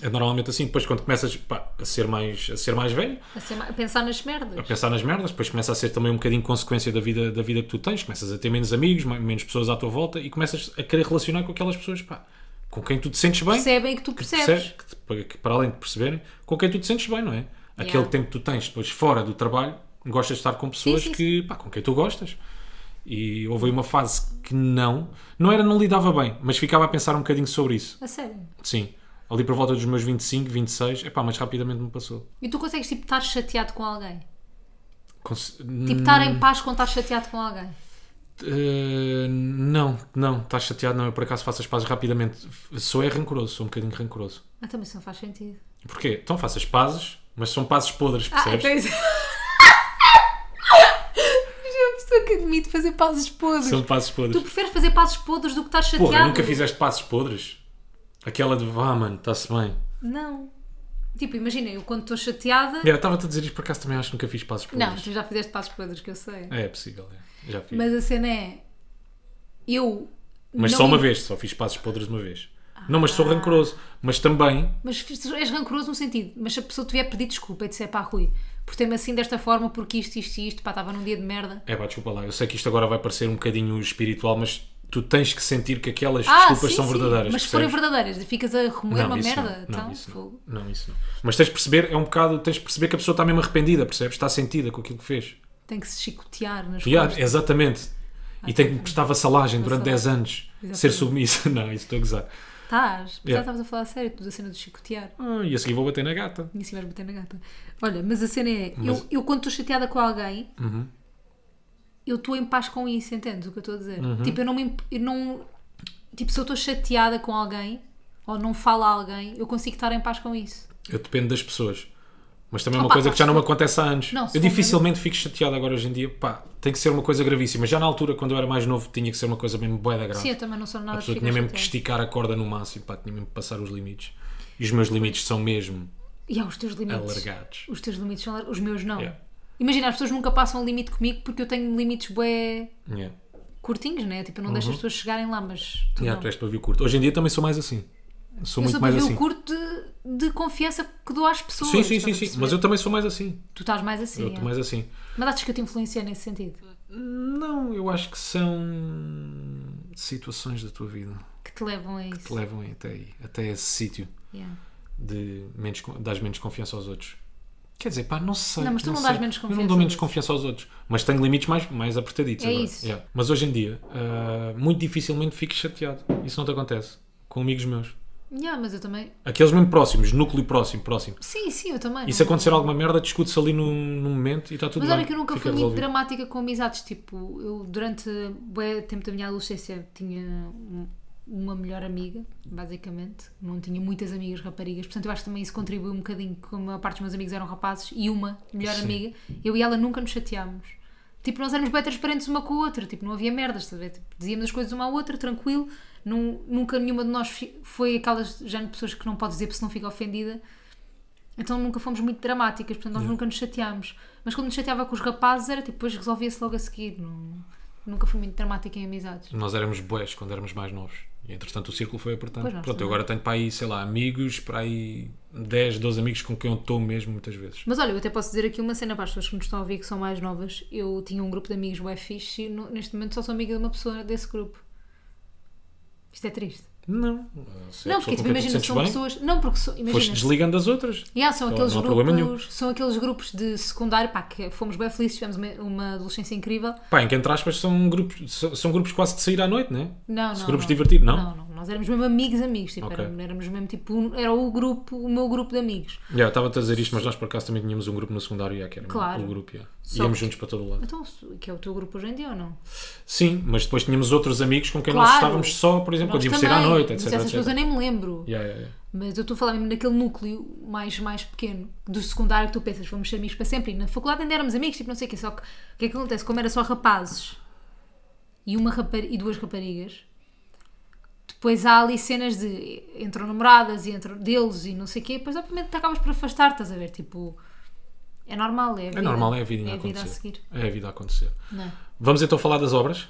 Speaker 1: É normalmente assim, depois quando começas pá, a, ser mais, a ser mais velho,
Speaker 2: A, ser ma- a pensar nas
Speaker 1: a
Speaker 2: merdas.
Speaker 1: pensar nas merdas, depois começa a ser também um bocadinho consequência da vida, da vida que tu tens, começas a ter menos amigos, mais- menos pessoas à tua volta e começas a querer relacionar com aquelas pessoas pá, com quem tu te sentes bem,
Speaker 2: Percebem que tu percebes.
Speaker 1: percebes? Que, te- que para além de perceberem, com quem tu te sentes bem, não é? Aquele
Speaker 2: Yeah.
Speaker 1: tempo que tu tens depois fora do trabalho, gostas de estar com pessoas
Speaker 2: sim,
Speaker 1: que, pá, com quem tu gostas. E houve aí uma fase que não, não era, não lidava bem, mas ficava a pensar um bocadinho sobre isso.
Speaker 2: A sério.
Speaker 1: Sim, ali por volta dos meus 25, 26, epá, mas rapidamente me passou.
Speaker 2: E tu consegues tipo estar chateado com alguém?
Speaker 1: Cons-
Speaker 2: Tipo estar
Speaker 1: Hum.
Speaker 2: em paz com estar chateado com alguém?
Speaker 1: Uh, não, não, estás chateado, não. Eu por acaso faço as pazes rapidamente. Sou é rancoroso, sou um bocadinho rancoroso.
Speaker 2: Ah, também isso não faz sentido.
Speaker 1: Porquê? Então faço as pazes, mas são pazes podres,
Speaker 2: Ah,
Speaker 1: percebes?
Speaker 2: então isso... Já pessoa que admite fazer pazes podres.
Speaker 1: São pazes
Speaker 2: Tu
Speaker 1: podres.
Speaker 2: preferes fazer pazes podres do que estar chateado?
Speaker 1: Porra, nunca fizeste pazes podres? Aquela de vá, mano, está-se bem.
Speaker 2: Não. Tipo, imagina, eu quando estou chateada...
Speaker 1: Yeah, Estava-te a dizer isto por acaso também acho que nunca fiz pazes
Speaker 2: Não,
Speaker 1: podres.
Speaker 2: tu já fizeste pazes podres, que eu sei.
Speaker 1: É, é possível, é. Já fiz. Mas,
Speaker 2: Mas a cena é... Eu... não
Speaker 1: só uma
Speaker 2: me- Ah,
Speaker 1: vez, só fiz pazes podres uma vez. Não, mas sou rancoroso. Mas também,
Speaker 2: Mas és rancoroso no sentido, mas se a pessoa tiver pedido desculpa e disser pá, Rui, por ter-me assim desta forma, porque isto, isto e isto, pá, estava num dia de merda.
Speaker 1: É pá, desculpa lá, eu sei que isto agora vai parecer um bocadinho espiritual, mas tu tens que sentir que aquelas desculpas
Speaker 2: Ah, sim,
Speaker 1: são
Speaker 2: sim,
Speaker 1: verdadeiras.
Speaker 2: Mas se forem
Speaker 1: percebes?
Speaker 2: verdadeiras, ficas a remoer uma merda.
Speaker 1: Não,
Speaker 2: então,
Speaker 1: isso não.
Speaker 2: fogo.
Speaker 1: não, isso não. Mas tens de perceber, é um bocado, tens de perceber que a pessoa está mesmo arrependida, percebes? Está sentida com aquilo que fez.
Speaker 2: tem que se chicotear nas
Speaker 1: Yeah,
Speaker 2: costas.
Speaker 1: exatamente. E tem que prestar vassalagem durante
Speaker 2: Vassalagem.
Speaker 1: 10 anos. Ser
Speaker 2: Exatamente.
Speaker 1: submissa. Não, isso estou a gozar.
Speaker 2: Estás,
Speaker 1: Yeah.
Speaker 2: já estavas a falar a sério, tu da cena do chicotear.
Speaker 1: Ah, e a seguir vou bater na gata.
Speaker 2: E assim vais bater na gata. Olha, mas a cena é, eu, eu quando estou chateada com alguém,
Speaker 1: Uhum.
Speaker 2: eu estou em paz com isso, entendes o que eu estou a dizer?
Speaker 1: Uhum.
Speaker 2: Tipo, eu não me. imp- Eu não, tipo, se eu estou chateada com alguém ou não falo a alguém, eu consigo estar em paz com isso.
Speaker 1: Eu dependo das pessoas. Mas também é uma
Speaker 2: Opa,
Speaker 1: coisa que já não me
Speaker 2: se-
Speaker 1: acontece há anos.
Speaker 2: Não, se
Speaker 1: eu
Speaker 2: for-
Speaker 1: dificilmente fico chateado agora hoje em dia. Pá, tem que ser uma coisa gravíssima. Já na altura, quando eu era mais novo, tinha que ser uma coisa mesmo bué da grave.
Speaker 2: Sim, eu também não sou
Speaker 1: A
Speaker 2: nada
Speaker 1: pessoa
Speaker 2: de
Speaker 1: tinha
Speaker 2: ficar
Speaker 1: mesmo que
Speaker 2: chateada.
Speaker 1: esticar a corda no máximo, pá, tinha mesmo que passar os limites. E os meus limites são mesmo
Speaker 2: E há os teus limites.
Speaker 1: alargados.
Speaker 2: Os teus limites são alar- Os meus não.
Speaker 1: Yeah.
Speaker 2: Imagina, as pessoas nunca passam o limite comigo porque eu tenho limites bué
Speaker 1: Yeah.
Speaker 2: curtinhos, né? Tipo, eu não deixo as pessoas chegarem lá, mas tu
Speaker 1: Uhum. Yeah,
Speaker 2: não.
Speaker 1: tu és para ver o curto. Hoje em dia também sou mais assim. Sou
Speaker 2: Eu
Speaker 1: muito mais
Speaker 2: sou para ver
Speaker 1: assim.
Speaker 2: o curto de, de confiança que dou às pessoas.
Speaker 1: Sim, sim,
Speaker 2: estás
Speaker 1: sim,
Speaker 2: a
Speaker 1: sim.
Speaker 2: perceber?
Speaker 1: Mas eu também sou mais assim.
Speaker 2: Tu estás mais assim.
Speaker 1: Eu
Speaker 2: é.
Speaker 1: estou mais assim.
Speaker 2: Mas achas que eu te influenciei nesse sentido?
Speaker 1: Não, eu acho que são situações da tua vida
Speaker 2: que te levam a isso.
Speaker 1: que te levam até aí, até esse sítio
Speaker 2: Yeah.
Speaker 1: de menos, con- dás menos confiança aos outros. Quer dizer, pá, não sei.
Speaker 2: Não, mas tu não dás
Speaker 1: sei.
Speaker 2: menos
Speaker 1: Eu
Speaker 2: confiança
Speaker 1: não dou menos
Speaker 2: aos outros.
Speaker 1: confiança aos outros. Mas tenho limites mais, mais apertaditos
Speaker 2: É
Speaker 1: agora.
Speaker 2: isso.
Speaker 1: Yeah. Mas hoje em dia, ah, muito dificilmente fico chateado. Isso não te acontece. Com amigos meus.
Speaker 2: Yeah, mas eu também.
Speaker 1: Aqueles mesmo próximos, núcleo próximo, próximo.
Speaker 2: Sim, sim, eu também.
Speaker 1: E se
Speaker 2: não-
Speaker 1: acontecer alguma merda, discute-se ali num, num momento e está tá tudo
Speaker 2: Mas
Speaker 1: bem.
Speaker 2: olha que eu nunca
Speaker 1: Fica
Speaker 2: fui muito
Speaker 1: resolvido.
Speaker 2: dramática com amizades. Tipo, eu durante o tempo da minha adolescência tinha um- uma melhor amiga, basicamente. Não tinha muitas amigas raparigas. Portanto, eu acho que também isso contribuiu um bocadinho, que a maior parte dos meus amigos eram rapazes e uma melhor
Speaker 1: Sim.
Speaker 2: amiga. Eu e ela nunca nos chateámos. Tipo, nós éramos bem transparentes uma com a outra. Tipo, não havia merdas, estás a ver? Tipo, dizíamos as coisas uma à outra, tranquilo. Nun- nunca nenhuma de nós fi- foi aquelas já de pessoas que não pode dizer porque senão fica ofendida. Então nunca fomos muito dramáticas, portanto nós nunca nos chateámos. Mas quando nos chateava com os rapazes era tipo, depois resolvia-se logo a seguir. Não- nunca fui muito dramática em amizades.
Speaker 1: Nós éramos boés quando éramos mais novos. E, entretanto, o círculo foi apertando.
Speaker 2: Pois nós
Speaker 1: Pronto, eu
Speaker 2: também.
Speaker 1: agora tenho para aí, sei lá, amigos, para aí 10, 12 amigos com quem eu estou mesmo muitas vezes.
Speaker 2: Mas olha, eu até posso dizer aqui uma cena para as pessoas que nos estão a ouvir que são mais novas. Eu tinha um grupo de amigos bué fixe e no- neste momento só sou amiga de uma pessoa desse grupo. Isto é triste.
Speaker 1: Não. Se é a pessoa
Speaker 2: não, porque tipo,
Speaker 1: com quem tu te
Speaker 2: imagina,
Speaker 1: sentes
Speaker 2: são
Speaker 1: bem,
Speaker 2: pessoas. Não, porque sou,
Speaker 1: Foste
Speaker 2: imagina.
Speaker 1: desligando das outras.
Speaker 2: Yeah, são,
Speaker 1: Não-
Speaker 2: aqueles
Speaker 1: não há
Speaker 2: grupos,
Speaker 1: problema nenhum.
Speaker 2: são aqueles grupos de secundário, pá, que fomos bem felizes, tivemos uma, uma adolescência incrível.
Speaker 1: Pá, em que entre aspas são grupos, são, são grupos quase de sair à noite, né?
Speaker 2: Não,
Speaker 1: Se
Speaker 2: não.
Speaker 1: grupos
Speaker 2: não.
Speaker 1: divertidos, não?
Speaker 2: Não, não. Nós éramos mesmo amigos, amigos. Tipo,
Speaker 1: Ok.
Speaker 2: éramos, éramos mesmo tipo. um- era o grupo, o meu grupo de amigos.
Speaker 1: Já, eu estava a dizer isto, mas nós por acaso também tínhamos um grupo no secundário, já, que era
Speaker 2: Claro.
Speaker 1: o grupo, já.
Speaker 2: Só
Speaker 1: Íamos
Speaker 2: que-
Speaker 1: juntos para todo o lado.
Speaker 2: Então, se- que é o teu grupo hoje em dia ou não?
Speaker 1: Sim, mas depois tínhamos outros amigos com quem nós
Speaker 2: Claro.
Speaker 1: estávamos só, por exemplo, quando
Speaker 2: Nós
Speaker 1: íamos sair à
Speaker 2: também.
Speaker 1: noite,
Speaker 2: Mas
Speaker 1: etc.
Speaker 2: essas coisas eu
Speaker 1: etc.
Speaker 2: nem me lembro.
Speaker 1: Já, já, já.
Speaker 2: Mas eu estou a falar mesmo daquele núcleo mais, mais pequeno, do secundário que tu pensas, vamos ser amigos para sempre. E na faculdade ainda éramos amigos, tipo, não sei o que, só que o que é que acontece? Como era só rapazes e, uma rapar e duas raparigas, depois há ali cenas de entram namoradas e entram deles e não sei o quê, depois obviamente te acabas por afastar, estás a ver? Tipo, é normal, é a vida.
Speaker 1: É normal, é a vida,
Speaker 2: é
Speaker 1: a
Speaker 2: a vida a
Speaker 1: acontecer.
Speaker 2: seguir.
Speaker 1: É a vida a acontecer.
Speaker 2: Não é?
Speaker 1: Vamos então falar das obras?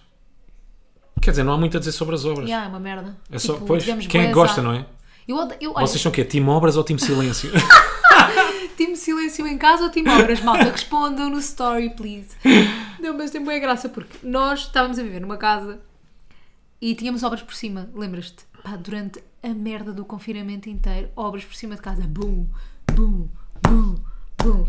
Speaker 1: Quer dizer, não há muito a dizer sobre as obras.
Speaker 2: Yeah, é uma merda.
Speaker 1: É só,
Speaker 2: Tipo,
Speaker 1: pois,
Speaker 2: tivemos
Speaker 1: quem é que
Speaker 2: bué
Speaker 1: gosta,
Speaker 2: azar.
Speaker 1: não é?
Speaker 2: Eu, odeio- eu, olha,
Speaker 1: Vocês são o quê? Time obras ou time silêncio?
Speaker 2: Time silêncio em casa ou time obras? Malta, respondam no story, please. Não, mas tem boa graça porque nós estávamos a viver numa casa e tínhamos obras por cima, lembras-te? Pá, durante a merda do confinamento inteiro, obras por cima de casa. Bum, bum, bum, bum.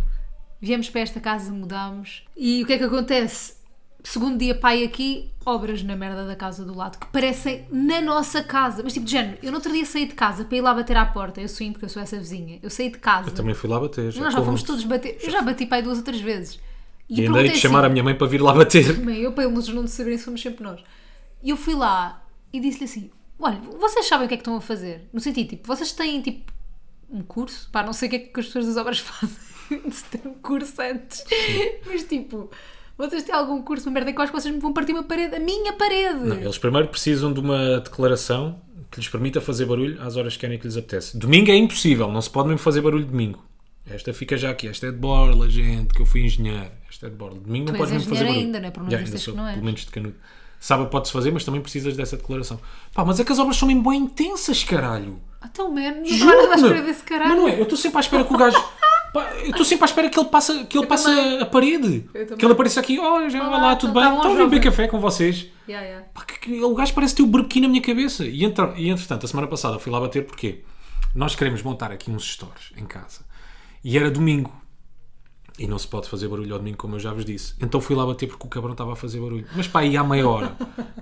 Speaker 2: Viemos para esta casa, mudámos e o que é que acontece? Segundo dia, pai aqui, obras na merda da casa do lado, que parecem na nossa casa. Mas tipo, de género, eu no outro dia saí de casa para ir lá bater à porta. Eu sim, porque eu sou essa vizinha. Eu saí de casa.
Speaker 1: Eu também fui lá bater.
Speaker 2: Nós já fomos
Speaker 1: fomos.
Speaker 2: todos bater. Eu já bati pai duas ou três vezes.
Speaker 1: E ainda hei
Speaker 2: perguntei
Speaker 1: de chamar a
Speaker 2: assim,
Speaker 1: minha mãe para vir lá bater.
Speaker 2: Mãe, eu para eles não saberem se fomos sempre nós. E eu fui lá e disse-lhe assim: olha, vocês sabem o que é que estão a fazer? No sentido, tipo, vocês têm tipo um curso? Pá, não sei o que é que as pessoas das obras fazem se têm um curso antes. Mas tipo, vocês têm algum curso, uma merda que eu acho que vocês me vão partir uma parede, a minha parede.
Speaker 1: Não, Eles primeiro precisam de uma declaração que lhes permita fazer barulho às horas que querem que lhes apetece. Domingo é impossível, não se pode mesmo fazer barulho domingo. Esta fica já aqui, esta é de borla, gente, que eu fui engenheiro. Esta é de borla. Domingo não
Speaker 2: Tu
Speaker 1: podes
Speaker 2: és
Speaker 1: mesmo fazer
Speaker 2: engenheiro
Speaker 1: barulho.
Speaker 2: ainda, não é? Por não
Speaker 1: Já,
Speaker 2: dizeres
Speaker 1: ainda
Speaker 2: que
Speaker 1: sou,
Speaker 2: não és.
Speaker 1: Pelo menos de canudo. Sábado pode-se fazer, mas também precisas dessa declaração. Pá, mas é que as obras são mesmo bem intensas, caralho.
Speaker 2: Até o merda, "Então, não
Speaker 1: Juro-me!
Speaker 2: estava à espera desse caralho.
Speaker 1: Mas não é, eu estou sempre à espera que o gajo. Pá, eu estou sempre à espera que ele passe, que ele passe a parede.
Speaker 2: Eu também.
Speaker 1: Que ele apareça aqui, olha, já
Speaker 2: Olá,
Speaker 1: vai lá, tudo
Speaker 2: então
Speaker 1: bem?
Speaker 2: tá bom,
Speaker 1: Estão a vir beber
Speaker 2: jovem.
Speaker 1: café com vocês.
Speaker 2: Yeah, yeah.
Speaker 1: Pá, que- que- o gajo parece ter o burbequim na minha cabeça. E, entra- e, entretanto, a semana passada fui lá bater porque nós queremos montar aqui uns stores em casa. E era domingo. E não se pode fazer barulho ao domingo, como eu já vos disse. Então fui lá bater porque o cabrão estava a fazer barulho. Mas pá, aí à meia hora.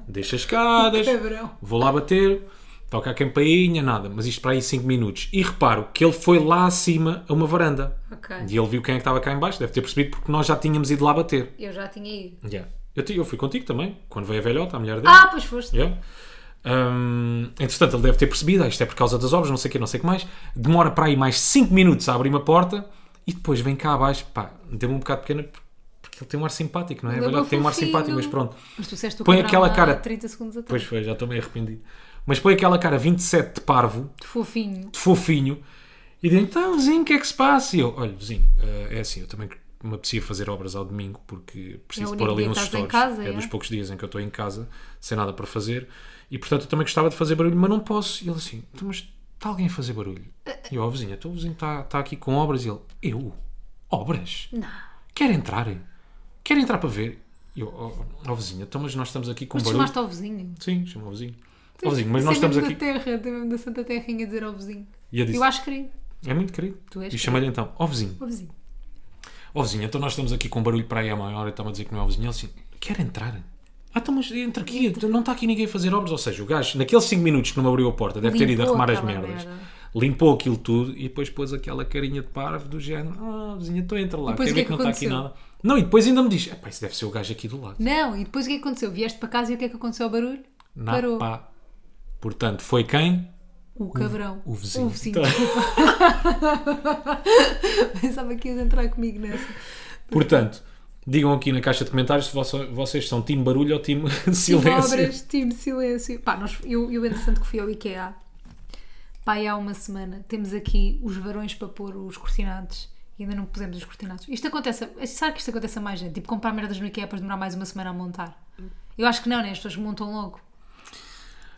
Speaker 1: Deixa as escadas.
Speaker 2: cabrão.
Speaker 1: Vou lá bater. Toca a campainha, nada. Mas isto para aí 5 minutos. E reparo que ele foi lá acima a uma varanda.
Speaker 2: Ok.
Speaker 1: E ele viu quem é que estava cá em baixo. Deve ter percebido porque nós já tínhamos ido lá bater.
Speaker 2: Eu já tinha ido.
Speaker 1: Yeah. Eu, ti- eu fui contigo também, quando veio a velhota, a mulher dele.
Speaker 2: Ah, pois foste.
Speaker 1: Yeah. Hum, entretanto, ele deve ter percebido, ah, isto é por causa das obras, não sei o que, não sei o que mais. Demora para aí mais 5 minutos a abrir uma porta e depois vem cá abaixo. Pá, deu-me um bocado pequena porque ele tem um ar simpático, não é? É
Speaker 2: Ele é
Speaker 1: verdade que
Speaker 2: bué
Speaker 1: tem um ar
Speaker 2: fofinho.
Speaker 1: simpático, mas pronto.
Speaker 2: Mas tu disseste o
Speaker 1: Põe
Speaker 2: cabrão
Speaker 1: aquela
Speaker 2: há
Speaker 1: cara-
Speaker 2: 30 segundos atrás.
Speaker 1: Pois foi, já estou meio arrependido. Mas põe aquela cara 27 de parvo,
Speaker 2: Fofinho.
Speaker 1: de fofinho, e diz então vizinho, o que é que se passa? E eu, olha, vizinho, ah, é assim, eu também me apetecia fazer obras ao domingo porque preciso
Speaker 2: É único
Speaker 1: pôr ali
Speaker 2: dia que
Speaker 1: uns
Speaker 2: estás em
Speaker 1: stories.
Speaker 2: casa,
Speaker 1: é,
Speaker 2: é?
Speaker 1: dos poucos dias em que eu estou em casa, sem nada para fazer, e portanto eu também gostava de fazer barulho, mas não posso. E ele assim, então, mas está alguém a fazer barulho? E eu, ó vizinho, então o vizinho está está aqui com obras. E ele, eu? Obras?
Speaker 2: Não.
Speaker 1: Quer entrar? Quer entrar para ver? Eu, ó, ó, vizinha, então, mas nós estamos aqui com
Speaker 2: Mas tu
Speaker 1: barulho.
Speaker 2: chamaste ao vizinho.
Speaker 1: Sim, chama o vizinho. Ó vizinho, mas nós
Speaker 2: Isso é
Speaker 1: estamos
Speaker 2: mesmo
Speaker 1: aqui.
Speaker 2: da terra, tem mesmo da Santa Terrinha dizer ao vizinho.
Speaker 1: E eu disse,
Speaker 2: Eu acho querido.
Speaker 1: é muito querido.
Speaker 2: Tu és
Speaker 1: e chamei-lhe então, ó vizinho,
Speaker 2: Ao vizinho.
Speaker 1: ó vizinho, então nós estamos aqui com barulho para aí à maior hora, está-me a dizer que não é o vizinho. Ele assim, quer entrar? Ah, então, mas entra aqui, não está aqui ninguém a fazer obras. Ou seja, o gajo, naqueles 5 minutos que não me abriu a porta, deve ter ido
Speaker 2: Limpou
Speaker 1: arrumar as
Speaker 2: aquela
Speaker 1: merdas.
Speaker 2: merda.
Speaker 1: Limpou aquilo tudo e depois pôs aquela carinha de parvo do género, ah, vizinha, então entra lá,
Speaker 2: depois
Speaker 1: quer
Speaker 2: o
Speaker 1: ver
Speaker 2: que
Speaker 1: que,
Speaker 2: é que
Speaker 1: não está aqui
Speaker 2: aconteceu?
Speaker 1: nada. Não, e depois ainda me diz, "Epá, isso deve ser o gajo aqui do lado.
Speaker 2: Não, e depois o que é que aconteceu? Vieste para casa e o que é que aconteceu ao barulho?
Speaker 1: Na
Speaker 2: Parou.
Speaker 1: pá. Portanto, foi quem?
Speaker 2: O cabrão.
Speaker 1: o vizinho.
Speaker 2: O
Speaker 1: Tá.
Speaker 2: vizinho, desculpa. Pensava que ias entrar comigo nessa.
Speaker 1: Portanto, digam aqui na caixa de comentários se vosso- vocês são time barulho ou time
Speaker 2: Tive
Speaker 1: silêncio.
Speaker 2: obras, tive silêncio. Pá, nós, eu, eu entretanto que fui ao IKEA. Pá, e há uma semana temos aqui os varões para pôr os cortinados e ainda não pusemos os cortinados. Isto acontece, a- sabe que isto acontece a mais gente? Tipo, comprar merdas no IKEA para demorar mais uma semana a montar. Eu acho que não, né? As pessoas montam logo.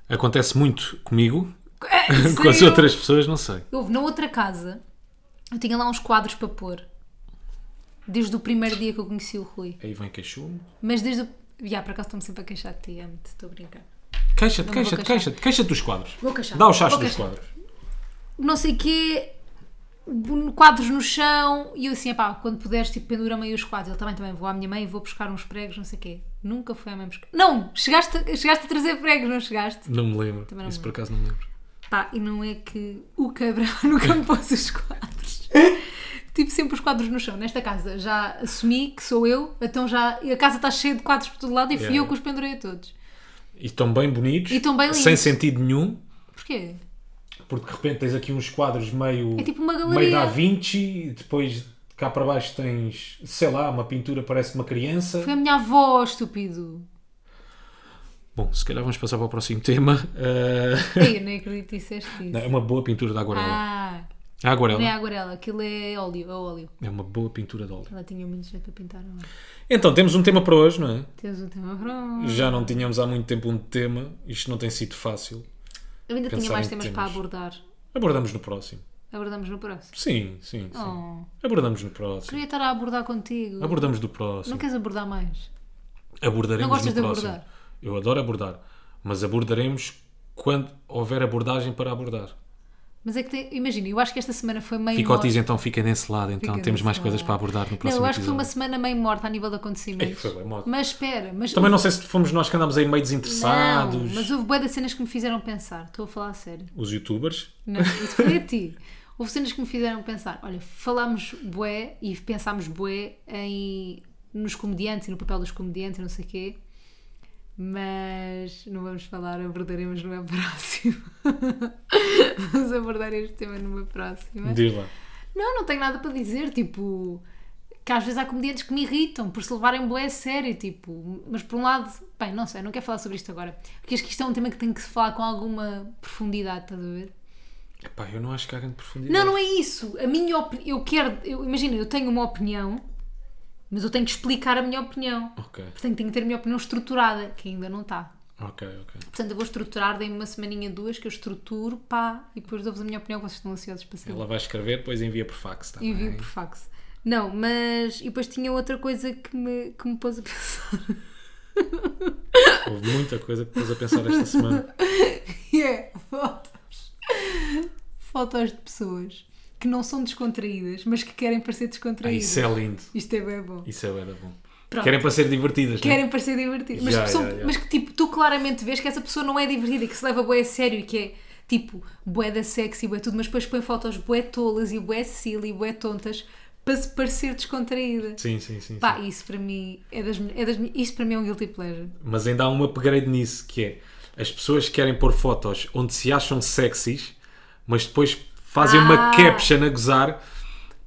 Speaker 1: Acontece muito comigo, com as
Speaker 2: É Sério?
Speaker 1: outras pessoas, não sei.
Speaker 2: Houve na outra casa, eu tinha lá uns quadros para pôr. Desde o primeiro dia que eu conheci o Rui.
Speaker 1: Aí vem queixume.
Speaker 2: Mas desde o. Ya, por acaso estou-me sempre a queixar de ti, amo-te, estou a brincar.
Speaker 1: Queixa-te,
Speaker 2: Não me
Speaker 1: queixa-te,
Speaker 2: vou queixar.
Speaker 1: queixa-te, queixa-te dos quadros.
Speaker 2: Vou queixar.
Speaker 1: Dá o chacho
Speaker 2: Vou
Speaker 1: dos
Speaker 2: queixar.
Speaker 1: quadros.
Speaker 2: Não sei quê, bon- quadros no chão, e eu assim, pá, quando puderes, tipo, pendura-me aí os quadros. Ele também, também, vou à minha mãe e vou buscar uns pregos, não sei quê. Nunca foi à mãe buscar. Não! Chegaste, a- chegaste a trazer pregos, não chegaste?
Speaker 1: Não me lembro.
Speaker 2: Também não
Speaker 1: Isso
Speaker 2: me
Speaker 1: por acaso não me lembro.
Speaker 2: Pá, e não é que o cabrão nunca me pôs os quadros. Tipo, sempre os quadros no chão. Nesta casa já assumi que sou eu, então já. e A casa está cheia de quadros por todo lado e fui
Speaker 1: Ya,
Speaker 2: eu
Speaker 1: ya.
Speaker 2: que os pendurei a todos.
Speaker 1: E estão bem bonitos.
Speaker 2: E estão bem
Speaker 1: Sem
Speaker 2: lindos.
Speaker 1: sentido nenhum.
Speaker 2: Porquê?
Speaker 1: Porque de repente tens aqui uns quadros meio.
Speaker 2: É tipo uma
Speaker 1: Meio
Speaker 2: galeria.
Speaker 1: da Vinci. E depois cá para baixo tens, sei lá, uma pintura parece uma criança.
Speaker 2: Foi a minha avó, estúpido.
Speaker 1: Bom, se calhar vamos passar para o próximo tema. Ah,
Speaker 2: Ei, eu nem acredito que disseste isso.
Speaker 1: não, é uma boa pintura da aguarela.
Speaker 2: Ah,
Speaker 1: a aguarela.
Speaker 2: não é aguarela, aquilo é óleo, é óleo.
Speaker 1: É uma boa pintura de óleo.
Speaker 2: Ela tinha muito jeito para pintar. Não é?
Speaker 1: Então, temos um tema para hoje, não é?
Speaker 2: Temos um tema pronto.
Speaker 1: Já não tínhamos há muito tempo um tema. Isto não tem sido fácil.
Speaker 2: Eu ainda tinha
Speaker 1: Pensar
Speaker 2: mais
Speaker 1: em
Speaker 2: temas
Speaker 1: temas.
Speaker 2: para abordar.
Speaker 1: Abordamos no próximo.
Speaker 2: Abordamos no próximo.
Speaker 1: Sim, sim, sim.
Speaker 2: Oh,
Speaker 1: Abordamos no próximo.
Speaker 2: queria estar a abordar contigo.
Speaker 1: Abordamos do próximo.
Speaker 2: Não queres abordar mais?
Speaker 1: Abordaremos
Speaker 2: Não
Speaker 1: no
Speaker 2: gostas de
Speaker 1: próximo.
Speaker 2: abordar?
Speaker 1: Eu adoro abordar. Mas abordaremos quando houver abordagem para abordar.
Speaker 2: Mas é que tem- imagina, eu acho que esta semana foi meio
Speaker 1: Fica o
Speaker 2: morta.
Speaker 1: teaser, então fica desse lado. Então
Speaker 2: Fica
Speaker 1: temos
Speaker 2: desse
Speaker 1: mais
Speaker 2: lado.
Speaker 1: coisas para abordar no
Speaker 2: Não,
Speaker 1: próximo
Speaker 2: eu acho que foi uma
Speaker 1: episódio.
Speaker 2: semana meio morta a nível de acontecimentos.
Speaker 1: Ei, foi bem morta.
Speaker 2: Mas espera, mas.
Speaker 1: Também não sei se fomos nós que andámos aí meio
Speaker 2: Não,
Speaker 1: desinteressados.
Speaker 2: mas houve boas cenas que me fizeram pensar. Estou a falar a sério.
Speaker 1: Os youtubers.
Speaker 2: Não, é? isso foi a ti. Houve cenas que me fizeram pensar. Olha, falámos bué e pensámos bué em, nos comediantes e no papel dos comediantes e não sei o quê. Mas não vamos falar, abordaremos numa próxima. vamos abordar este tema numa próxima.
Speaker 1: Diz lá.
Speaker 2: Não, não tenho nada para dizer, tipo... Que às vezes há comediantes que me irritam por se levarem bué a sério, tipo... Mas por um lado... Bem, não sei, não quero falar sobre isto agora. Porque acho que isto é um tema que tem que se falar com alguma profundidade, estás a ver?
Speaker 1: Epá, eu não acho que há grande profundidade.
Speaker 2: Não, não é isso. A minha opinião. Eu quero. Eu, imagina, eu tenho uma opinião, mas eu tenho que explicar a minha opinião.
Speaker 1: Ok,
Speaker 2: Portanto, tenho que ter a minha opinião estruturada, que ainda não está.
Speaker 1: ok, ok.
Speaker 2: Portanto, eu vou estruturar, dei-me uma semaninha, duas, que eu estruturo, pá, e depois dou-vos a minha opinião, que vocês estão ansiosos para saber.
Speaker 1: Ela vai escrever, depois envia por fax, tá
Speaker 2: E vi
Speaker 1: bem?
Speaker 2: por fax. Não, mas. E depois tinha outra coisa que me, que me pôs a pensar.
Speaker 1: Houve muita coisa que pôs a pensar esta semana.
Speaker 2: E é fotos. Fotos de pessoas que não são descontraídas, mas que querem parecer
Speaker 1: Ah,
Speaker 2: descontraídas.
Speaker 1: isso é lindo.
Speaker 2: Isto é bem bom.
Speaker 1: Isso é bué da bom.
Speaker 2: Pronto.
Speaker 1: Querem para ser divertidas, não é?
Speaker 2: querem parecer divertidos, mas,
Speaker 1: Já,
Speaker 2: que são-
Speaker 1: já, já.
Speaker 2: mas que tipo, tu claramente vês que essa pessoa não é divertida, que se leva bué a sério e que é tipo bué da sexy, bué tudo, mas depois põe fotos bué tolas e bué silly, bué tontas para se parecer descontraída.
Speaker 1: Sim, sim, sim.
Speaker 2: Pá, isso para mim é das, me- é das me- isto para mim é um guilty pleasure.
Speaker 1: sim. Mas ainda há um upgrade nisso, que é as pessoas que querem pôr fotos onde se acham sexys, mas depois fazem uma
Speaker 2: Ah!
Speaker 1: caption a gozar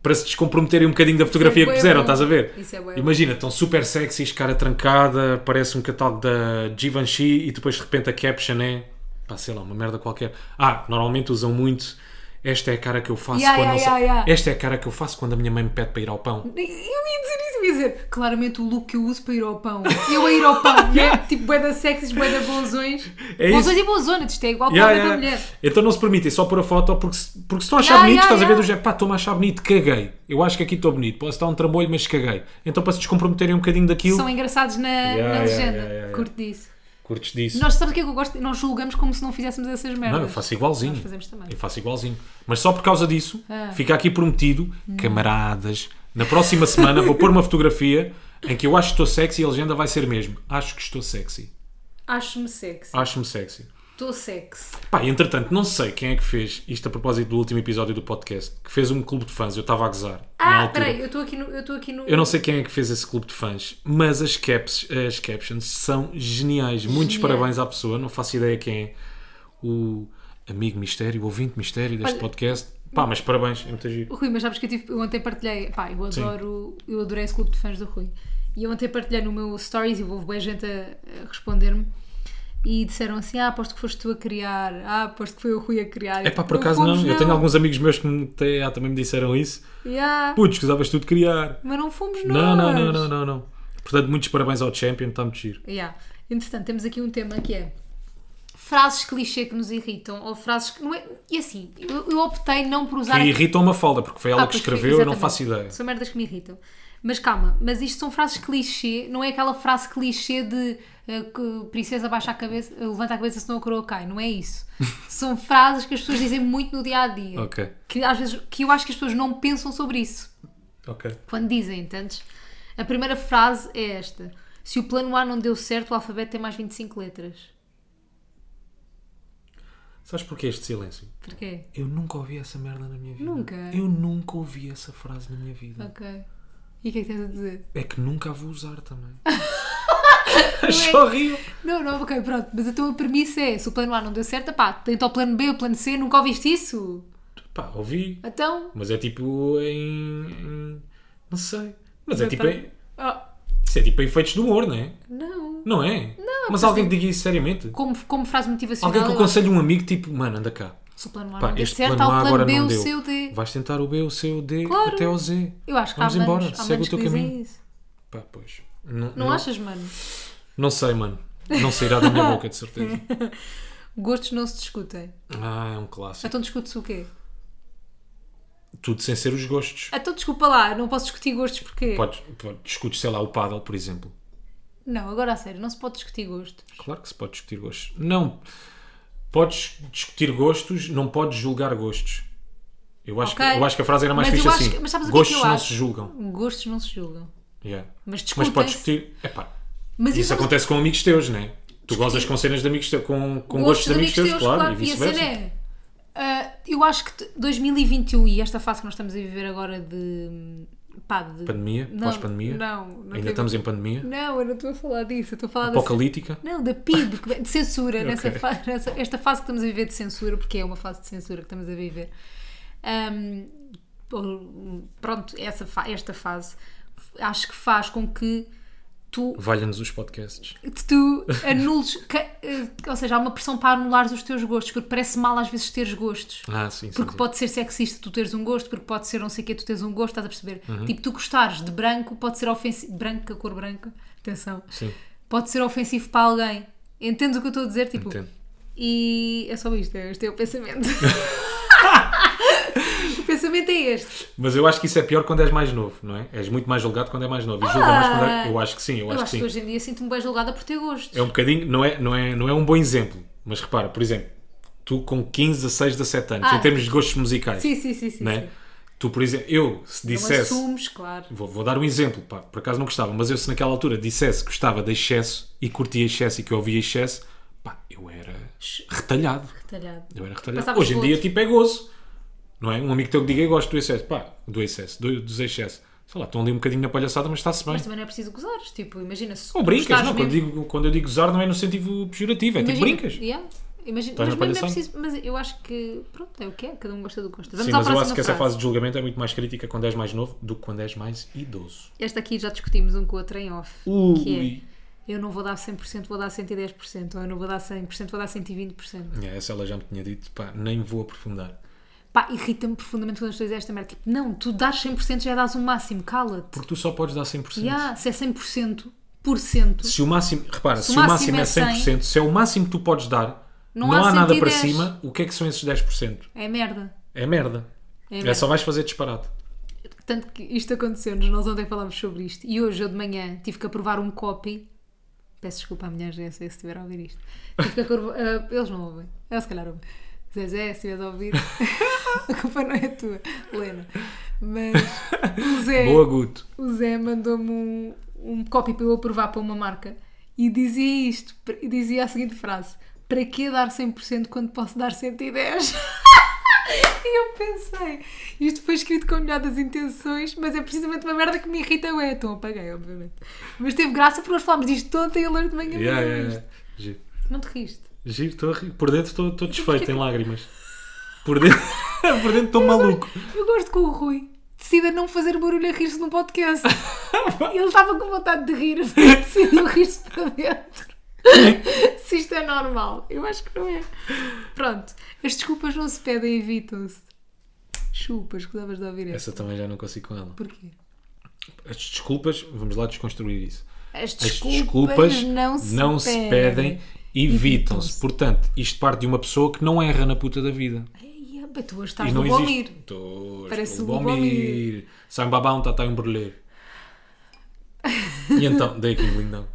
Speaker 1: para se descomprometerem um bocadinho da fotografia que
Speaker 2: é bué
Speaker 1: puseram,
Speaker 2: bom.
Speaker 1: estás a ver?
Speaker 2: Isso é bué bom.
Speaker 1: Imagina, estão super sexys, cara trancada, parece um catálogo da Givenchy e depois de repente a caption é, pá, sei lá, uma merda qualquer. Ah, normalmente usam muito esta é a cara que eu faço
Speaker 2: Yeah,
Speaker 1: quando
Speaker 2: yeah,
Speaker 1: não sei-
Speaker 2: yeah, yeah.
Speaker 1: esta é a cara que eu faço quando a minha mãe me pede para ir ao pão.
Speaker 2: Eu ia dizer isso, devia dizer, claramente o look que eu uso para ir ao pão. Eu a ir ao pão, né? Tipo, bué da sexys, bué da bonzões.
Speaker 1: É isso.
Speaker 2: bonzões e bonzona, isto é igual para
Speaker 1: Yeah,
Speaker 2: homem e para
Speaker 1: yeah.
Speaker 2: mulher.
Speaker 1: Então não se permitem só pôr a foto porque se, porque se estão a achar
Speaker 2: Yeah,
Speaker 1: bonito,
Speaker 2: yeah,
Speaker 1: estás a ver
Speaker 2: yeah.
Speaker 1: do género, pá, estou-me a achar bonito, caguei. Eu acho que aqui estou bonito, posso dar um trambolho, mas caguei. Então para se descomprometerem um bocadinho daquilo,
Speaker 2: São engraçados na, na
Speaker 1: yeah,
Speaker 2: legenda.
Speaker 1: yeah, yeah,
Speaker 2: Curto disso.
Speaker 1: curtes disso.
Speaker 2: Nós sabemos o que é que eu gosto? Nós julgamos como se não fizéssemos essas merdas.
Speaker 1: Não, eu faço igualzinho.
Speaker 2: Nós fazemos também.
Speaker 1: Eu faço igualzinho. Mas só por causa disso,
Speaker 2: Ah. Hum.
Speaker 1: fica aqui prometido, camaradas, na próxima semana vou pôr uma fotografia em que eu acho que estou sexy e a legenda vai ser mesmo. Acho que estou sexy.
Speaker 2: Acho-me sexy.
Speaker 1: Acho-me sexy.
Speaker 2: Estou sexy.
Speaker 1: Pá, e entretanto, não sei quem é que fez isto a propósito do último episódio do podcast, que fez um clube de fãs, eu estava a gozar. na
Speaker 2: Ah,
Speaker 1: altura.
Speaker 2: peraí, eu estou aqui no. Eu estou aqui no.
Speaker 1: Eu não sei quem é que fez esse clube de fãs, mas as, caps, as captions são geniais. Muitos
Speaker 2: Genial.
Speaker 1: parabéns à pessoa, não faço ideia quem é o amigo mistério, o ouvinte mistério deste
Speaker 2: Olha-
Speaker 1: podcast. Pá, mas parabéns, é muito giro.
Speaker 2: Rui, mas sabes que eu, tive, eu ontem partilhei. Pá, eu adoro. Eu adorei esse clube de fãs do Rui. E eu ontem partilhei no meu stories e houve boa gente a, a responder-me. E disseram assim: Ah, aposto que foste tu a criar. Ah, aposto que foi o Rui a criar. tipo,
Speaker 1: É pá, por acaso não,
Speaker 2: fomos,
Speaker 1: eu tenho alguns amigos meus que me, têm- ah, também me disseram isso.
Speaker 2: Yeah,
Speaker 1: Putz, gozavas tu de criar.
Speaker 2: Mas não fomos nós.
Speaker 1: Não, não, não, não, não, não. Portanto, muitos parabéns ao Champion, está muito giro.
Speaker 2: Yeah. Entretanto, temos aqui um tema que é frases clichê que nos irritam ou frases que não é. E assim, eu, eu optei não por usar.
Speaker 1: E irritam uma falda, porque foi ela
Speaker 2: Ah,
Speaker 1: que
Speaker 2: pois foi,
Speaker 1: escreveu, eu não
Speaker 2: exatamente.
Speaker 1: faço ideia.
Speaker 2: São merdas que me irritam. Mas calma, mas isto são frases clichê, não é aquela frase clichê de eh, que princesa baixa a cabeça, eh, levanta a cabeça senão a coroa cai, não é isso. são frases que as pessoas dizem muito no dia a dia.
Speaker 1: Ok,
Speaker 2: Que às vezes que eu acho que as pessoas não pensam sobre isso
Speaker 1: ok.
Speaker 2: quando dizem, entendes? A primeira frase é esta: Se o plano A não deu certo, o alfabeto tem mais 25 letras.
Speaker 1: Sabes porquê este silêncio?
Speaker 2: Porquê?
Speaker 1: Eu nunca ouvi essa merda na minha vida.
Speaker 2: Nunca?
Speaker 1: Eu nunca ouvi essa frase na minha vida.
Speaker 2: Ok. E o que é que tens a dizer?
Speaker 1: É que nunca a vou usar também.
Speaker 2: é
Speaker 1: Só rio.
Speaker 2: Não, não, ok, pronto. Mas a tua premissa é: se o plano A não deu certo, pá, tenta o plano B, o plano C, nunca ouviste isso?
Speaker 1: Pá, ouvi.
Speaker 2: Então.
Speaker 1: Mas é tipo em. em- não sei. Mas é
Speaker 2: vai
Speaker 1: tipo
Speaker 2: para-
Speaker 1: em.
Speaker 2: Ah,
Speaker 1: Isso é tipo em efeitos de humor, não é?
Speaker 2: não.
Speaker 1: Não é?
Speaker 2: Não,
Speaker 1: Mas
Speaker 2: mas
Speaker 1: alguém que diga isso seriamente?
Speaker 2: Como, como frase motivacional.
Speaker 1: Alguém que
Speaker 2: eu
Speaker 1: aconselhe um amigo, tipo, mano, anda cá.
Speaker 2: acho que Se o plano A
Speaker 1: Pá,
Speaker 2: não deu
Speaker 1: este
Speaker 2: certo,
Speaker 1: plano
Speaker 2: há
Speaker 1: A
Speaker 2: o plano
Speaker 1: agora
Speaker 2: B,
Speaker 1: não
Speaker 2: o
Speaker 1: deu.
Speaker 2: C, o D.
Speaker 1: Vais tentar o B, o C, o D,
Speaker 2: Claro.
Speaker 1: até o Z.
Speaker 2: Eu acho que
Speaker 1: Vamos
Speaker 2: há manos,
Speaker 1: embora,
Speaker 2: há
Speaker 1: segue
Speaker 2: manos
Speaker 1: o teu
Speaker 2: que dizem
Speaker 1: caminho.
Speaker 2: isso.
Speaker 1: Pá, pois. Não,
Speaker 2: Não,
Speaker 1: não-
Speaker 2: achas, mano?
Speaker 1: não sei, mano. Não sairá da minha boca, de certeza.
Speaker 2: Gostos não se discutem.
Speaker 1: Ah, é um clássico.
Speaker 2: Então discute-se o quê?
Speaker 1: Tudo sem ser os gostos.
Speaker 2: Então desculpa lá, não posso discutir gostos porque.
Speaker 1: Podes, pode, discutes, sei lá, o paddle, por exemplo.
Speaker 2: Não, agora a sério, não se pode discutir gosto.
Speaker 1: Claro que se pode discutir gostos. Não. Podes discutir gostos, não podes julgar gostos. Eu acho,
Speaker 2: Ok.
Speaker 1: que, eu acho que a frase era mais
Speaker 2: Mas
Speaker 1: fixe
Speaker 2: eu acho
Speaker 1: assim.
Speaker 2: que- mas sabes o que é que
Speaker 1: gostos
Speaker 2: eu
Speaker 1: não
Speaker 2: acho?
Speaker 1: se julgam.
Speaker 2: Gostos não se julgam.
Speaker 1: Yeah.
Speaker 2: Mas
Speaker 1: Mas podes
Speaker 2: discutem-se.
Speaker 1: discutir. Epá,
Speaker 2: Mas
Speaker 1: isso
Speaker 2: sabes-
Speaker 1: acontece com amigos teus, não é? Tu gozas com cenas de amigos teus, com, com gostos de amigos teus, claro, e
Speaker 2: E a cena
Speaker 1: vice-versa.
Speaker 2: é. ah, eu acho que t- 2021 e esta fase que nós estamos a viver agora de. pá, de.
Speaker 1: Pandemia,
Speaker 2: Não,
Speaker 1: pós-pandemia.
Speaker 2: Não, não
Speaker 1: Ainda
Speaker 2: tem-
Speaker 1: estamos Um em pandemia.
Speaker 2: Não, eu não estou a falar disso, eu estou a falar da
Speaker 1: Apocalíptica.
Speaker 2: Não, da PIB, que vem- de censura, nessa
Speaker 1: Ok.
Speaker 2: fa- nessa- esta fase que estamos a viver de censura, porque é uma fase de censura que estamos a viver. Ahm, ou- pronto, essa fa- esta fase acho que faz com que tu,
Speaker 1: Valha-nos os podcasts.
Speaker 2: tu anules, ca- eh, ou seja, há uma pressão para anulares os teus gostos, porque parece mal às vezes teres gostos.
Speaker 1: Ah, sim, sim.
Speaker 2: Porque
Speaker 1: sim.
Speaker 2: pode ser sexista tu teres um gosto, porque pode ser não sei o que tu teres um gosto, estás a perceber?
Speaker 1: Uhum.
Speaker 2: Tipo, tu gostares de branco, pode ser ofensivo. Branco, a cor branca, atenção
Speaker 1: Sim,
Speaker 2: pode ser ofensivo para alguém. Entendes o que eu estou a dizer? Tipo,
Speaker 1: entendo.
Speaker 2: e é só isto, é- este é o pensamento. o pensamento é este.
Speaker 1: Mas eu acho que isso é pior quando és mais novo, não é? És muito mais julgado quando é mais novo. E julga mais quando é... Eu acho que sim, eu,
Speaker 2: Ah, Eu
Speaker 1: acho,
Speaker 2: acho,
Speaker 1: que
Speaker 2: que,
Speaker 1: sim.
Speaker 2: hoje em dia sinto-me bem julgada por ter gostos.
Speaker 1: É um bocadinho, não é, não, é, não é um bom exemplo, mas repara, por exemplo, tu com 15, 16, 17 anos,
Speaker 2: Ah.
Speaker 1: em termos de gostos musicais,
Speaker 2: Sim, sim, sim, sim.
Speaker 1: né? é
Speaker 2: sim.
Speaker 1: tu, por exemplo, eu se
Speaker 2: Não
Speaker 1: dissesse,
Speaker 2: assumes, claro.
Speaker 1: vou, vou dar um exemplo, pá, por acaso não gostava, mas eu se naquela altura dissesse que gostava de excesso e curtia excesso e que eu ouvia excesso, pá, eu era retalhado.
Speaker 2: Retalhado.
Speaker 1: Eu era retalhado.
Speaker 2: Passavas
Speaker 1: Hoje em
Speaker 2: pelo
Speaker 1: dia,
Speaker 2: outro.
Speaker 1: tipo, é gozo. Não é? Um amigo teu que diga eu gosto do excesso, pá, do excesso, do, dos excessos. Sei lá, estão ali um bocadinho na palhaçada, mas está-se bem.
Speaker 2: Mas também não é preciso gozares. Tipo, imagina se.
Speaker 1: Ou
Speaker 2: tu
Speaker 1: brincas,
Speaker 2: gostares
Speaker 1: não, quando,
Speaker 2: mesmo-
Speaker 1: digo, quando eu digo gozar não é no sentido pejorativo, é tipo
Speaker 2: imagina-
Speaker 1: brincas.
Speaker 2: Yeah, imagina-
Speaker 1: Estás
Speaker 2: mas
Speaker 1: na
Speaker 2: mesmo é
Speaker 1: palhaçada.
Speaker 2: preciso. Mas eu acho que. Pronto, é o que é. Cada um gosta do que gosta. Vamos
Speaker 1: Sim,
Speaker 2: à
Speaker 1: mas eu
Speaker 2: próxima
Speaker 1: acho que essa
Speaker 2: frase.
Speaker 1: fase de julgamento é muito mais crítica quando és mais novo do que quando és mais idoso.
Speaker 2: Esta aqui já discutimos um com o outro em off.
Speaker 1: Ui.
Speaker 2: Que é, eu não vou dar 100%, vou dar 110%. Ou eu não vou dar 100%, vou dar 120%.
Speaker 1: É, essa ela já me tinha dito, pá, nem vou aprofundar.
Speaker 2: Pá, irrita-me profundamente quando as pessoas dizem esta merda. Tipo, não, tu dás 100% já dás o máximo, cala-te.
Speaker 1: Porque tu só podes dar 100%.
Speaker 2: Yeah, se é 100%, por cento,
Speaker 1: Se o máximo, repara, se,
Speaker 2: o
Speaker 1: o máximo,
Speaker 2: máximo é
Speaker 1: é 100%, se é o máximo que tu podes dar,
Speaker 2: Não
Speaker 1: não,
Speaker 2: há
Speaker 1: há, nada para
Speaker 2: 110.
Speaker 1: cima, o que é que são esses 10%?
Speaker 2: é merda.
Speaker 1: É merda. É,
Speaker 2: merda.
Speaker 1: só vais fazer disparate.
Speaker 2: Tanto que isto aconteceu-nos, nós ontem falámos sobre isto e hoje eu de manhã tive que aprovar um copy. Peço desculpa à minha GSE se estiver a ouvir isto. Tive que aprovar, ah, eles não ouvem. Eu se calhar ouvem. Zé, Zé, se estiveres a ouvir, a culpa não é tua, Lena. Mas o Zé,
Speaker 1: Boa, Guto.
Speaker 2: o Zé mandou-me um, um copy para eu aprovar para uma marca e dizia isto, e dizia a seguinte frase: Para que dar 100% quando posso dar 110? E eu pensei, isto foi escrito com a melhor das intenções, mas é precisamente uma merda que me irrita, é Então apaguei, obviamente. Mas teve graça porque nós falámos disto ontem e ele hoje de manhã
Speaker 1: Yeah,
Speaker 2: mandou
Speaker 1: yeah,
Speaker 2: isto.
Speaker 1: yeah. Giro.
Speaker 2: Não te riste?
Speaker 1: Giro, estou a rir. Por dentro estou- estou desfeito em lágrimas. Por dentro por dentro estou maluco.
Speaker 2: Eu gosto que o Rui decida não fazer barulho a rir-se num podcast. ele estava com vontade de rir, mas decidiu rir-se para dentro. se isto é normal, eu acho que não é. Pronto, as desculpas não se pedem, evitam-se. Chupas, que davas de ouvir essa.
Speaker 1: Essa também já não consigo com ela.
Speaker 2: Porquê?
Speaker 1: As desculpas, vamos lá desconstruir isso.
Speaker 2: As
Speaker 1: As
Speaker 2: desculpas,
Speaker 1: desculpas
Speaker 2: não se pedem. Evitam-se.
Speaker 1: evitam-se. Portanto, isto parte de uma pessoa que não erra na puta da vida.
Speaker 2: Ei, bem, tu hoje estás
Speaker 1: e
Speaker 2: no
Speaker 1: não
Speaker 2: Bomir.
Speaker 1: existe. Tô,
Speaker 2: Parece
Speaker 1: estou
Speaker 2: o
Speaker 1: Bomir.
Speaker 2: Bomir.
Speaker 1: Sai um babá, um tatá e um brulheiro. E então, dei aqui um lindão.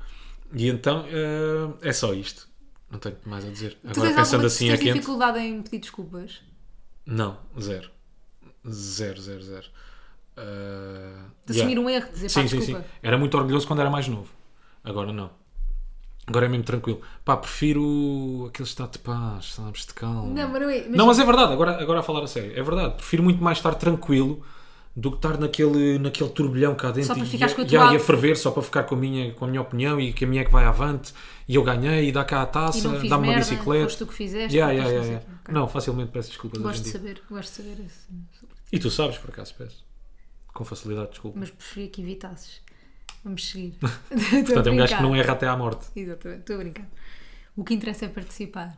Speaker 1: E então, eh, é só isto. Não tenho mais a dizer.
Speaker 2: Tu
Speaker 1: Agora
Speaker 2: tens
Speaker 1: pensando
Speaker 2: alguma
Speaker 1: assim
Speaker 2: tens
Speaker 1: a quente.
Speaker 2: dificuldade em pedir desculpas?
Speaker 1: Não, zero. Zero, zero, zero. Eh,
Speaker 2: De
Speaker 1: yeah.
Speaker 2: assumir um erro, de dizer pá,
Speaker 1: Sim, sim, sim.
Speaker 2: desculpa.
Speaker 1: Era muito orgulhoso quando era mais novo. Agora não. Agora é mesmo tranquilo. Pá, prefiro aquele estado de paz, sabes, de calma.
Speaker 2: Não, mas não é.
Speaker 1: Não, mas é verdade, agora, agora a falar a sério, é verdade. Prefiro muito mais estar tranquilo do que estar naquele, naquele turbilhão cá dentro
Speaker 2: Só para
Speaker 1: e,
Speaker 2: ficares
Speaker 1: e-
Speaker 2: com a
Speaker 1: e-
Speaker 2: tua-
Speaker 1: e a ferver, só para ficar com a, minha, com a minha opinião e que a minha é que vai avante e eu ganhei e dá cá a
Speaker 2: E
Speaker 1: taça,
Speaker 2: não fiz
Speaker 1: dá-me uma
Speaker 2: merda,
Speaker 1: bicicleta.
Speaker 2: foste tu que fizeste.
Speaker 1: Yeah,
Speaker 2: foste
Speaker 1: yeah,
Speaker 2: não
Speaker 1: yeah,
Speaker 2: sei o
Speaker 1: yeah.
Speaker 2: quê. Ok.
Speaker 1: Não, facilmente peço desculpas hoje
Speaker 2: Gosto
Speaker 1: em
Speaker 2: de
Speaker 1: dia.
Speaker 2: saber, gosto de saber assim.
Speaker 1: E tu sabes, por acaso, peço. Com facilidade, desculpa.
Speaker 2: Mas preferia que evitasses. Vamos seguir.
Speaker 1: Portanto, é um gajo que não erra até à morte.
Speaker 2: Exatamente, estou a brincar. O que interessa é participar.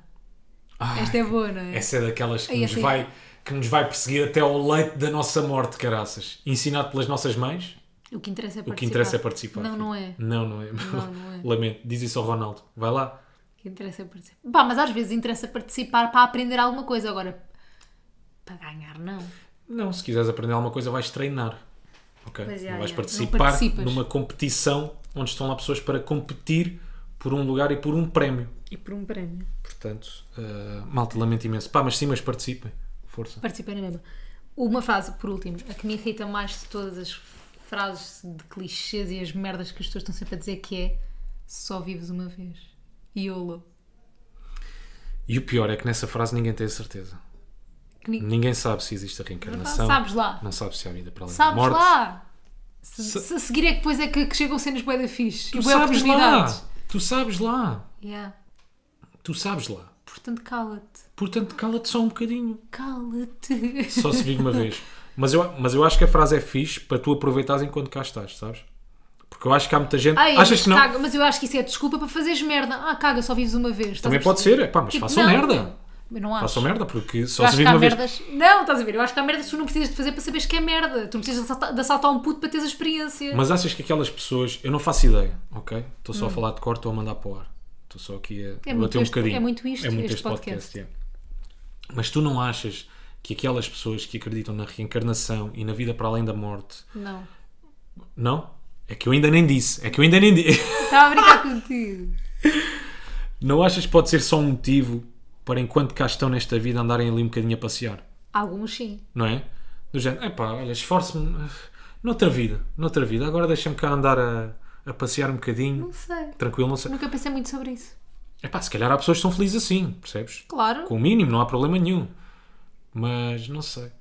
Speaker 1: Ai,
Speaker 2: Esta é boa, não é?
Speaker 1: Essa é daquelas que,
Speaker 2: Ai,
Speaker 1: nos
Speaker 2: assim-
Speaker 1: vai, que nos vai perseguir até ao leite da nossa morte, caraças. Ensinado pelas nossas mães.
Speaker 2: O que interessa é participar.
Speaker 1: O que interessa é participar.
Speaker 2: Não,
Speaker 1: filho.
Speaker 2: não é.
Speaker 1: Não, não é.
Speaker 2: não é.
Speaker 1: Lamento. Diz isso ao Ronaldo. Vai lá.
Speaker 2: O que interessa é participar. Pá, mas às vezes interessa participar para aprender alguma coisa. Agora, para ganhar, não.
Speaker 1: Não, se quiseres aprender alguma coisa, vais treinar. Ok?
Speaker 2: Pois é,
Speaker 1: não vais
Speaker 2: é. Não
Speaker 1: participar
Speaker 2: participas.
Speaker 1: numa competição onde estão lá pessoas para competir por um lugar e por um prémio.
Speaker 2: E por um prémio.
Speaker 1: Portanto, eh, malta, lamento imenso. Pá, mas sim, mas participem. Força.
Speaker 2: Participei na mesma. Uma frase, por último, a que me irrita mais de todas as frases de clichês e as merdas que as pessoas estão sempre a dizer que é só vives uma vez. YOLO.
Speaker 1: E o pior é que nessa frase ninguém tem a certeza.
Speaker 2: Que ni-
Speaker 1: Ninguém sabe se existe a reencarnação.
Speaker 2: Sabes lá.
Speaker 1: Não sabe se há vida para além da
Speaker 2: Sabes
Speaker 1: morte.
Speaker 2: lá. Se, se a seguir é que depois é que, que chegam cenas bué da fixe.
Speaker 1: Tu
Speaker 2: e bué
Speaker 1: sabes lá.
Speaker 2: oportunidades.
Speaker 1: Tu sabes lá.
Speaker 2: Yeah.
Speaker 1: Tu sabes lá.
Speaker 2: Portanto, cala-te.
Speaker 1: Portanto, cala-te só um bocadinho.
Speaker 2: Cala-te.
Speaker 1: Só se vive uma vez. Mas eu, mas eu acho que a frase é fixe para tu aproveitares enquanto cá estás, sabes? Porque eu acho que há muita gente.
Speaker 2: Ai,
Speaker 1: Achas
Speaker 2: mas,
Speaker 1: que não?
Speaker 2: caga- mas eu acho que isso é desculpa para fazeres merda. Ah, caga, só vives uma vez. Estás
Speaker 1: Também
Speaker 2: a
Speaker 1: pode
Speaker 2: perceber?
Speaker 1: ser. Pá, mas
Speaker 2: Tipo,
Speaker 1: façam
Speaker 2: não,
Speaker 1: merda.
Speaker 2: Eu não acho.
Speaker 1: Façam merda, porque
Speaker 2: Eu
Speaker 1: só se
Speaker 2: acho que
Speaker 1: vive
Speaker 2: há
Speaker 1: uma vez.
Speaker 2: merdas. Não, estás a ver? Eu acho que há merdas que tu não precisas de fazer para saberes que é merda. Tu não precisas de assaltar, de assaltar um puto para teres a experiência.
Speaker 1: Mas achas que aquelas pessoas. Eu não faço ideia, ok? Estou só a falar de cor, estou a mandar para o ar. Estou só aqui a
Speaker 2: Hum. É muito
Speaker 1: bater um
Speaker 2: este-
Speaker 1: bocadinho.
Speaker 2: é muito isto, este podcast.
Speaker 1: é. Mas tu não achas que aquelas pessoas que acreditam na reencarnação e na vida para além da morte.
Speaker 2: Não.
Speaker 1: Não? É que eu ainda nem disse. É que eu ainda nem disse.
Speaker 2: Estava a brincar contigo.
Speaker 1: Não achas que pode ser só um motivo para enquanto cá estão nesta vida andarem ali um bocadinho a passear?
Speaker 2: Alguns sim.
Speaker 1: Não é? Do género, epá, olha, esforço-me ah, noutra vida, noutra vida, agora deixa-me cá andar a, a passear um bocadinho,
Speaker 2: Não sei.
Speaker 1: tranquilo, não sei.
Speaker 2: Nunca pensei muito sobre isso.
Speaker 1: Epá, se calhar há pessoas que são felizes assim, percebes?
Speaker 2: Claro.
Speaker 1: Com o mínimo, não há problema nenhum. Mas não sei.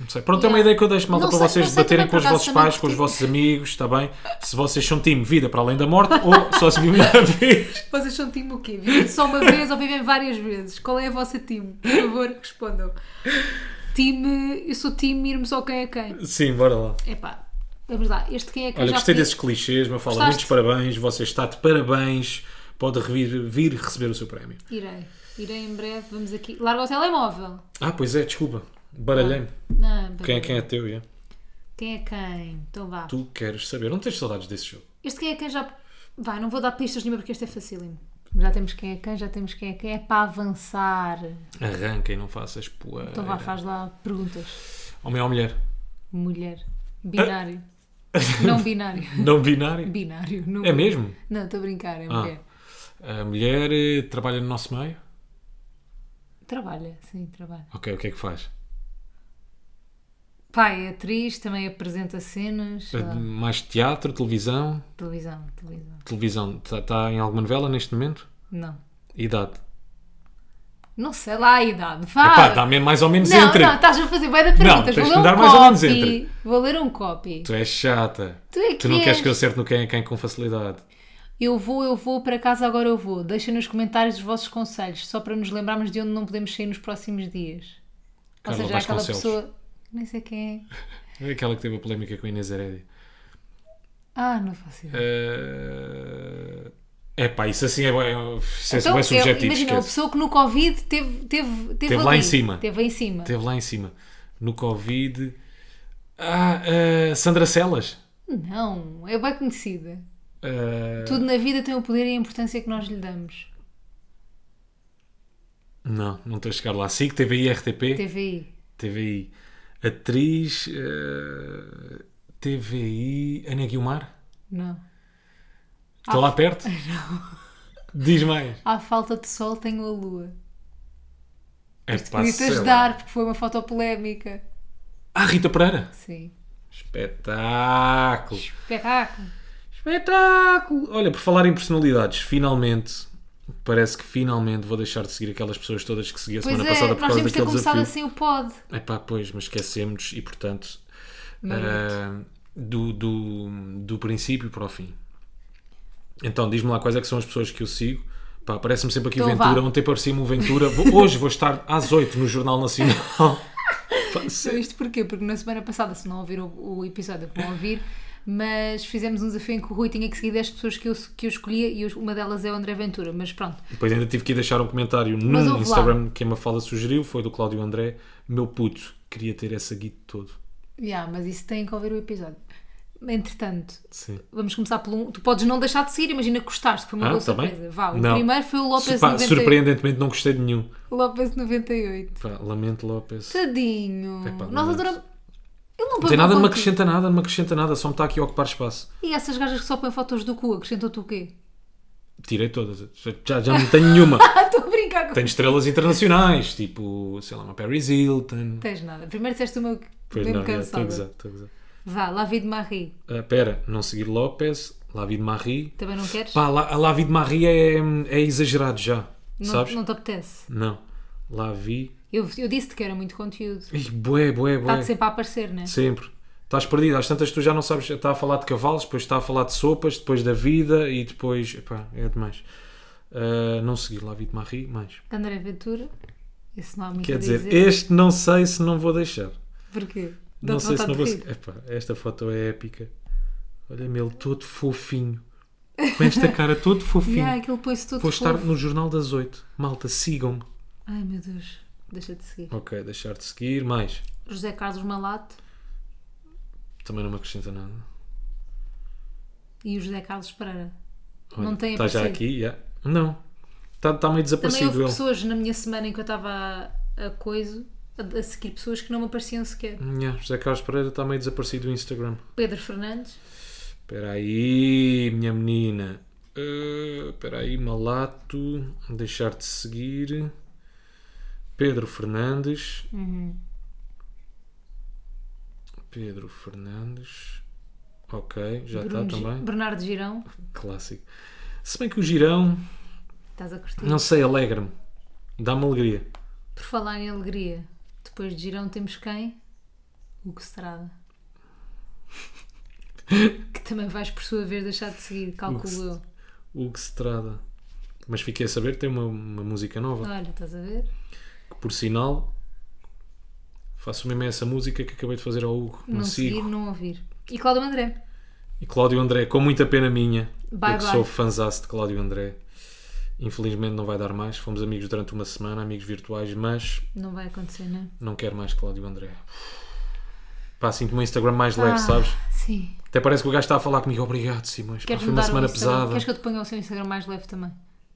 Speaker 1: Não sei. Pronto, é uma
Speaker 2: Yeah.
Speaker 1: ideia que eu deixo malta
Speaker 2: Não
Speaker 1: para
Speaker 2: sei-
Speaker 1: vocês
Speaker 2: não sei
Speaker 1: debaterem
Speaker 2: também,
Speaker 1: com
Speaker 2: por
Speaker 1: os
Speaker 2: acaso,
Speaker 1: vossos
Speaker 2: também
Speaker 1: pais, com os
Speaker 2: curti.
Speaker 1: vossos amigos, está bem? Se vocês são um time vida para além da morte ou só se vive uma vez.
Speaker 2: Vocês são time o quê? Vivem só uma vez ou vivem várias vezes? Qual é a vossa time? Por favor, respondam. Time. Eu sou time irmos ao quem é quem.
Speaker 1: Sim, bora lá.
Speaker 2: Epá, vamos lá. Este quem é quem
Speaker 1: Olha,
Speaker 2: já
Speaker 1: gostei
Speaker 2: pedi-
Speaker 1: desses clichês, me fala
Speaker 2: Gostaste?
Speaker 1: muitos parabéns, você está de parabéns, pode vir, vir receber o seu prémio.
Speaker 2: Irei. Irei em breve. Vamos aqui. Larga o telemóvel.
Speaker 1: Ah, pois é, desculpa. Baralhei-me.
Speaker 2: Não,
Speaker 1: Quem, é- quem é teu? yeah.
Speaker 2: Quem é quem? Então vá.
Speaker 1: Tu queres saber. Não tens saudades desse jogo.
Speaker 2: Este quem é quem já. Vai, não vou dar pistas nenhuma porque este é facílimo. Já temos quem é quem, já temos quem é quem. É para avançar.
Speaker 1: Arranca e não faças poeira.
Speaker 2: Então vá, faz lá perguntas.
Speaker 1: Homem ou mulher?
Speaker 2: Mulher. Binário. Não binário.
Speaker 1: Não binário?
Speaker 2: Binário. Não
Speaker 1: É mesmo?
Speaker 2: Não, estou a brincar, é
Speaker 1: Ah.
Speaker 2: mulher.
Speaker 1: A mulher eh, trabalha no nosso meio?
Speaker 2: Trabalha, sim, trabalha.
Speaker 1: Ok, o que é que faz?
Speaker 2: Pai, é atriz, também apresenta cenas.
Speaker 1: É
Speaker 2: sei lá,
Speaker 1: Eh, Mais teatro, televisão?
Speaker 2: televisão, televisão.
Speaker 1: Televisão. Está em alguma novela neste momento?
Speaker 2: Não.
Speaker 1: Idade.
Speaker 2: Não sei lá a idade. Vá!
Speaker 1: Epá, dá-me mais ou menos
Speaker 2: Ah! não,
Speaker 1: entre.
Speaker 2: não, estás a fazer bué de perguntas.
Speaker 1: tens
Speaker 2: Vou
Speaker 1: de
Speaker 2: ler um
Speaker 1: me dar
Speaker 2: copy.
Speaker 1: mais ou menos entre.
Speaker 2: Vou ler um copy.
Speaker 1: Tu és chata.
Speaker 2: Tu é que
Speaker 1: não
Speaker 2: és.
Speaker 1: queres que eu acerte no quem é quem com facilidade.
Speaker 2: Eu vou, eu vou, para casa agora eu vou. Deixem nos comentários os vossos conselhos, só para nos lembrarmos de onde não podemos sair nos próximos dias.
Speaker 1: Carla
Speaker 2: Ou seja, aquela
Speaker 1: Vasconcelos.
Speaker 2: pessoa. Nem sei quem é.
Speaker 1: É aquela que teve a polémica com a Inês Herédia.
Speaker 2: Ah, não faço ideia.
Speaker 1: É pá, isso assim é, bué- isso é
Speaker 2: Então,
Speaker 1: bué
Speaker 2: eu-
Speaker 1: subjetivo.
Speaker 2: imagina, uma
Speaker 1: Esquece.
Speaker 2: pessoa que no Covid teve, teve, teve,
Speaker 1: Teve lá
Speaker 2: ali.
Speaker 1: em cima.
Speaker 2: Teve lá em cima.
Speaker 1: Teve lá em cima. No Covid. Ah, eh, Sandra Celas.
Speaker 2: Não, é bem conhecida.
Speaker 1: Eh,
Speaker 2: Tudo na vida tem o poder e a importância que nós lhe damos.
Speaker 1: Não, não estou a chegar lá. SIC, TVI, RTP.
Speaker 2: TVI.
Speaker 1: TVI. Atriz. eh, TVI. Ana Guilmar.
Speaker 2: Não.
Speaker 1: Estou
Speaker 2: Ah,
Speaker 1: lá perto? Diz mais.
Speaker 2: À falta de sol tenho a lua.
Speaker 1: É
Speaker 2: Podia te ajudar, porque foi uma foto polémica.
Speaker 1: Ah, Rita Pereira.
Speaker 2: Sim.
Speaker 1: Espetáculo.
Speaker 2: Espetáculo.
Speaker 1: Espetáculo! Olha, por falar em personalidades, finalmente, parece que finalmente vou deixar de seguir aquelas pessoas todas que segui a
Speaker 2: Pois
Speaker 1: semana
Speaker 2: é,
Speaker 1: passada por
Speaker 2: nós
Speaker 1: causa
Speaker 2: temos de ter
Speaker 1: daquele
Speaker 2: começado
Speaker 1: desafio.
Speaker 2: assim o pod.
Speaker 1: Epá, pois, mas esquecemos e, portanto,
Speaker 2: Maroto.
Speaker 1: ah, do, do, do princípio para o fim. Então, diz-me lá quais é que são as pessoas que eu sigo. Pá, parece-me sempre aqui o
Speaker 2: Então
Speaker 1: Ventura.
Speaker 2: vá.
Speaker 1: Ontem parecia-me um Ventura. Vou- hoje vou estar às 8 no Jornal Nacional. Pá,
Speaker 2: Então, Isto porquê? Porque na semana passada, se não ouviram o, o episódio, que vão ouvir, mas fizemos um desafio em que o Rui tinha que seguir 10 pessoas que eu, que eu escolhia e eu- uma delas é o André Ventura, mas pronto.
Speaker 1: Depois ainda tive que ir deixar um comentário
Speaker 2: Mas
Speaker 1: num
Speaker 2: ouve lá.
Speaker 1: Instagram que a Mafalda sugeriu, foi do Cláudio André. Meu puto, queria ter essa guide todo.
Speaker 2: Ya, mas isso tem que ouvir o episódio. Entretanto,
Speaker 1: Sim.
Speaker 2: vamos começar pelo um. Tu podes não deixar de seguir, imagina que gostaste, foi uma
Speaker 1: Ah,
Speaker 2: boa
Speaker 1: tá bem.
Speaker 2: surpresa. Vá, o
Speaker 1: Não.
Speaker 2: primeiro foi o Lopes,
Speaker 1: Su- pá,
Speaker 2: 98.
Speaker 1: surpreendentemente não gostei de nenhum.
Speaker 2: Lopes 98.
Speaker 1: Pá, lamento Lopes.
Speaker 2: Tadinho.
Speaker 1: Epá,
Speaker 2: Nós
Speaker 1: lamento.
Speaker 2: adoramos. Ele não
Speaker 1: Não
Speaker 2: põe
Speaker 1: tem
Speaker 2: uma
Speaker 1: nada, não me
Speaker 2: foto.
Speaker 1: acrescenta nada, não me acrescenta nada, só me está aqui a ocupar espaço.
Speaker 2: E essas gajas que só põem fotos do cu, acrescentou-te o quê?
Speaker 1: Tirei todas, já, já não tenho nenhuma.
Speaker 2: Ah, estou a brincar com
Speaker 1: Tenho estrelas internacionais, tipo, sei lá, uma Paris Hilton.
Speaker 2: Tens nada. Primeiro disseste o meu que
Speaker 1: Pois
Speaker 2: mesmo né?
Speaker 1: não, já, estou a gozar,
Speaker 2: cansada.
Speaker 1: estou a gozar.
Speaker 2: Vá, La Vie de Marie.
Speaker 1: Ah, pera, não seguir Lopes, Lavi de Marie.
Speaker 2: Também não queres?
Speaker 1: Pá, lá- a Lavi de Marie é, é exagerado já,
Speaker 2: não,
Speaker 1: sabes?
Speaker 2: não te apetece.
Speaker 1: Não. Lá vi.
Speaker 2: Eu, eu disse-te que era muito conteúdo.
Speaker 1: Ih, bué, bué, bué.
Speaker 2: Está-te sempre a aparecer, né?
Speaker 1: Sempre. Estás perdido. Às tantas tu já não sabes. Está a falar de cavalos, depois está a falar de sopas, depois da vida e depois. Epá, é demais. Ah, não seguir lá, Vito Marie, mais.
Speaker 2: André Ventura. Esse não há muito
Speaker 1: Quer
Speaker 2: a
Speaker 1: dizer,
Speaker 2: dizer.
Speaker 1: este não sei se não vou deixar.
Speaker 2: Porquê?
Speaker 1: não
Speaker 2: Dá-te
Speaker 1: sei se
Speaker 2: vontade
Speaker 1: não vou.
Speaker 2: de
Speaker 1: se-
Speaker 2: rir.
Speaker 1: Epá, esta foto é épica. Olha-me ele todo fofinho. Com esta cara todo fofinho.
Speaker 2: E há aquele põe-se todo
Speaker 1: vou estar
Speaker 2: fofo.
Speaker 1: no Jornal das Oito. Malta, sigam-me.
Speaker 2: Ai, meu Deus. Deixa de seguir.
Speaker 1: Ok, deixar de seguir. Mais.
Speaker 2: José Carlos Malato
Speaker 1: Também não me acrescenta nada.
Speaker 2: e o José Carlos Pereira.
Speaker 1: Olha,
Speaker 2: Não tem
Speaker 1: Está já
Speaker 2: aparecido.
Speaker 1: aqui, já. Não. Está tá meio
Speaker 2: Também houve
Speaker 1: desaparecido ele.
Speaker 2: pessoas na minha semana em que eu estava a, a coisa, a, a seguir pessoas que não me apareciam sequer.
Speaker 1: Yeah, José Carlos Pereira está meio desaparecido do Instagram.
Speaker 2: Pedro Fernandes.
Speaker 1: Espera aí, minha menina. Ah, Espera aí, malato. Deixar de seguir. Pedro Fernandes.
Speaker 2: Uhum.
Speaker 1: Pedro Fernandes. Ok, já está
Speaker 2: Bruno Gi-
Speaker 1: também.
Speaker 2: Bernardo Girão.
Speaker 1: Clássico. Se bem que o girão,
Speaker 2: Estás a curtir?
Speaker 1: não sei, alegra-me. Dá-me alegria.
Speaker 2: Por falar em alegria, depois de Girão temos quem? Hugo Estrada. que também vais, por sua vez, deixar de seguir, calculo eu.
Speaker 1: Hugo Estrada. Mas fiquei a saber que tem uma, uma música nova.
Speaker 2: Olha, estás a ver?
Speaker 1: que, por sinal, faço mesmo essa música que acabei de fazer ao Hugo. Não,
Speaker 2: Não
Speaker 1: sigo.
Speaker 2: seguir, não ouvir. E Cláudio André.
Speaker 1: E Cláudio André, com muita pena minha,
Speaker 2: Bye,
Speaker 1: porque
Speaker 2: bye.
Speaker 1: sou fanzasse de Cláudio André. Infelizmente não vai dar mais. Fomos amigos durante uma semana, amigos virtuais, mas
Speaker 2: Não vai acontecer, não é?
Speaker 1: não quero mais Cláudio André. Pá, sinto-me um Instagram mais leve, sabes?
Speaker 2: Ah, Sim.
Speaker 1: Até parece que o gajo está a falar comigo. Obrigado, Simões. Pá,
Speaker 2: Queres
Speaker 1: foi uma
Speaker 2: mudar o
Speaker 1: semana
Speaker 2: Instagram?
Speaker 1: pesada.
Speaker 2: Queres que eu te ponha o seu Instagram mais leve também?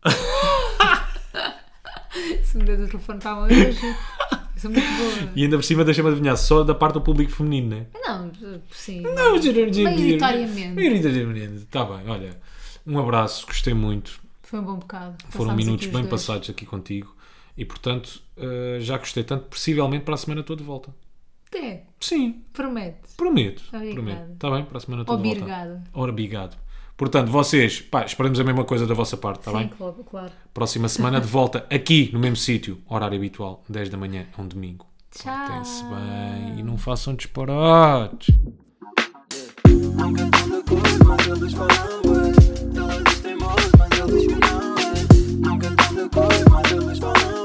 Speaker 2: Se me des o telefone para a mão, eu ajudo. Eu sou muito boa.
Speaker 1: E ainda por cima deixa-me adivinhar, só da parte do público feminino, né?
Speaker 2: Não, sim.
Speaker 1: Não,
Speaker 2: Maioritariamente.
Speaker 1: Maioritariamente. Está tá bem, olha. Um abraço, gostei muito.
Speaker 2: Foi um bom bocado.
Speaker 1: Foram
Speaker 2: Passámos
Speaker 1: minutos
Speaker 2: aqui os
Speaker 1: bem
Speaker 2: dois.
Speaker 1: passados aqui contigo. E portanto, eh, já gostei tanto, possivelmente para a semana estou de volta.
Speaker 2: Até,
Speaker 1: Sim,
Speaker 2: promete.
Speaker 1: prometo.
Speaker 2: Obrigada.
Speaker 1: Prometo. Está bem? Para a semana estou de volta.
Speaker 2: Obrigado.
Speaker 1: Obrigado. Portanto, vocês, pá, esperamos a mesma coisa da vossa parte, está
Speaker 2: Sim,
Speaker 1: Tá bem?
Speaker 2: claro, claro.
Speaker 1: Próxima semana de volta aqui no mesmo sítio, horário habitual, 10 da manhã a um domingo.
Speaker 2: Tchau.
Speaker 1: Portem-se
Speaker 2: Ah.
Speaker 1: bem e não façam disparates.
Speaker 3: Nunca estão de acordo, mas eles falam bem. Eles têm moço, mas eles que não é. Nunca estão de acordo, mas eles falam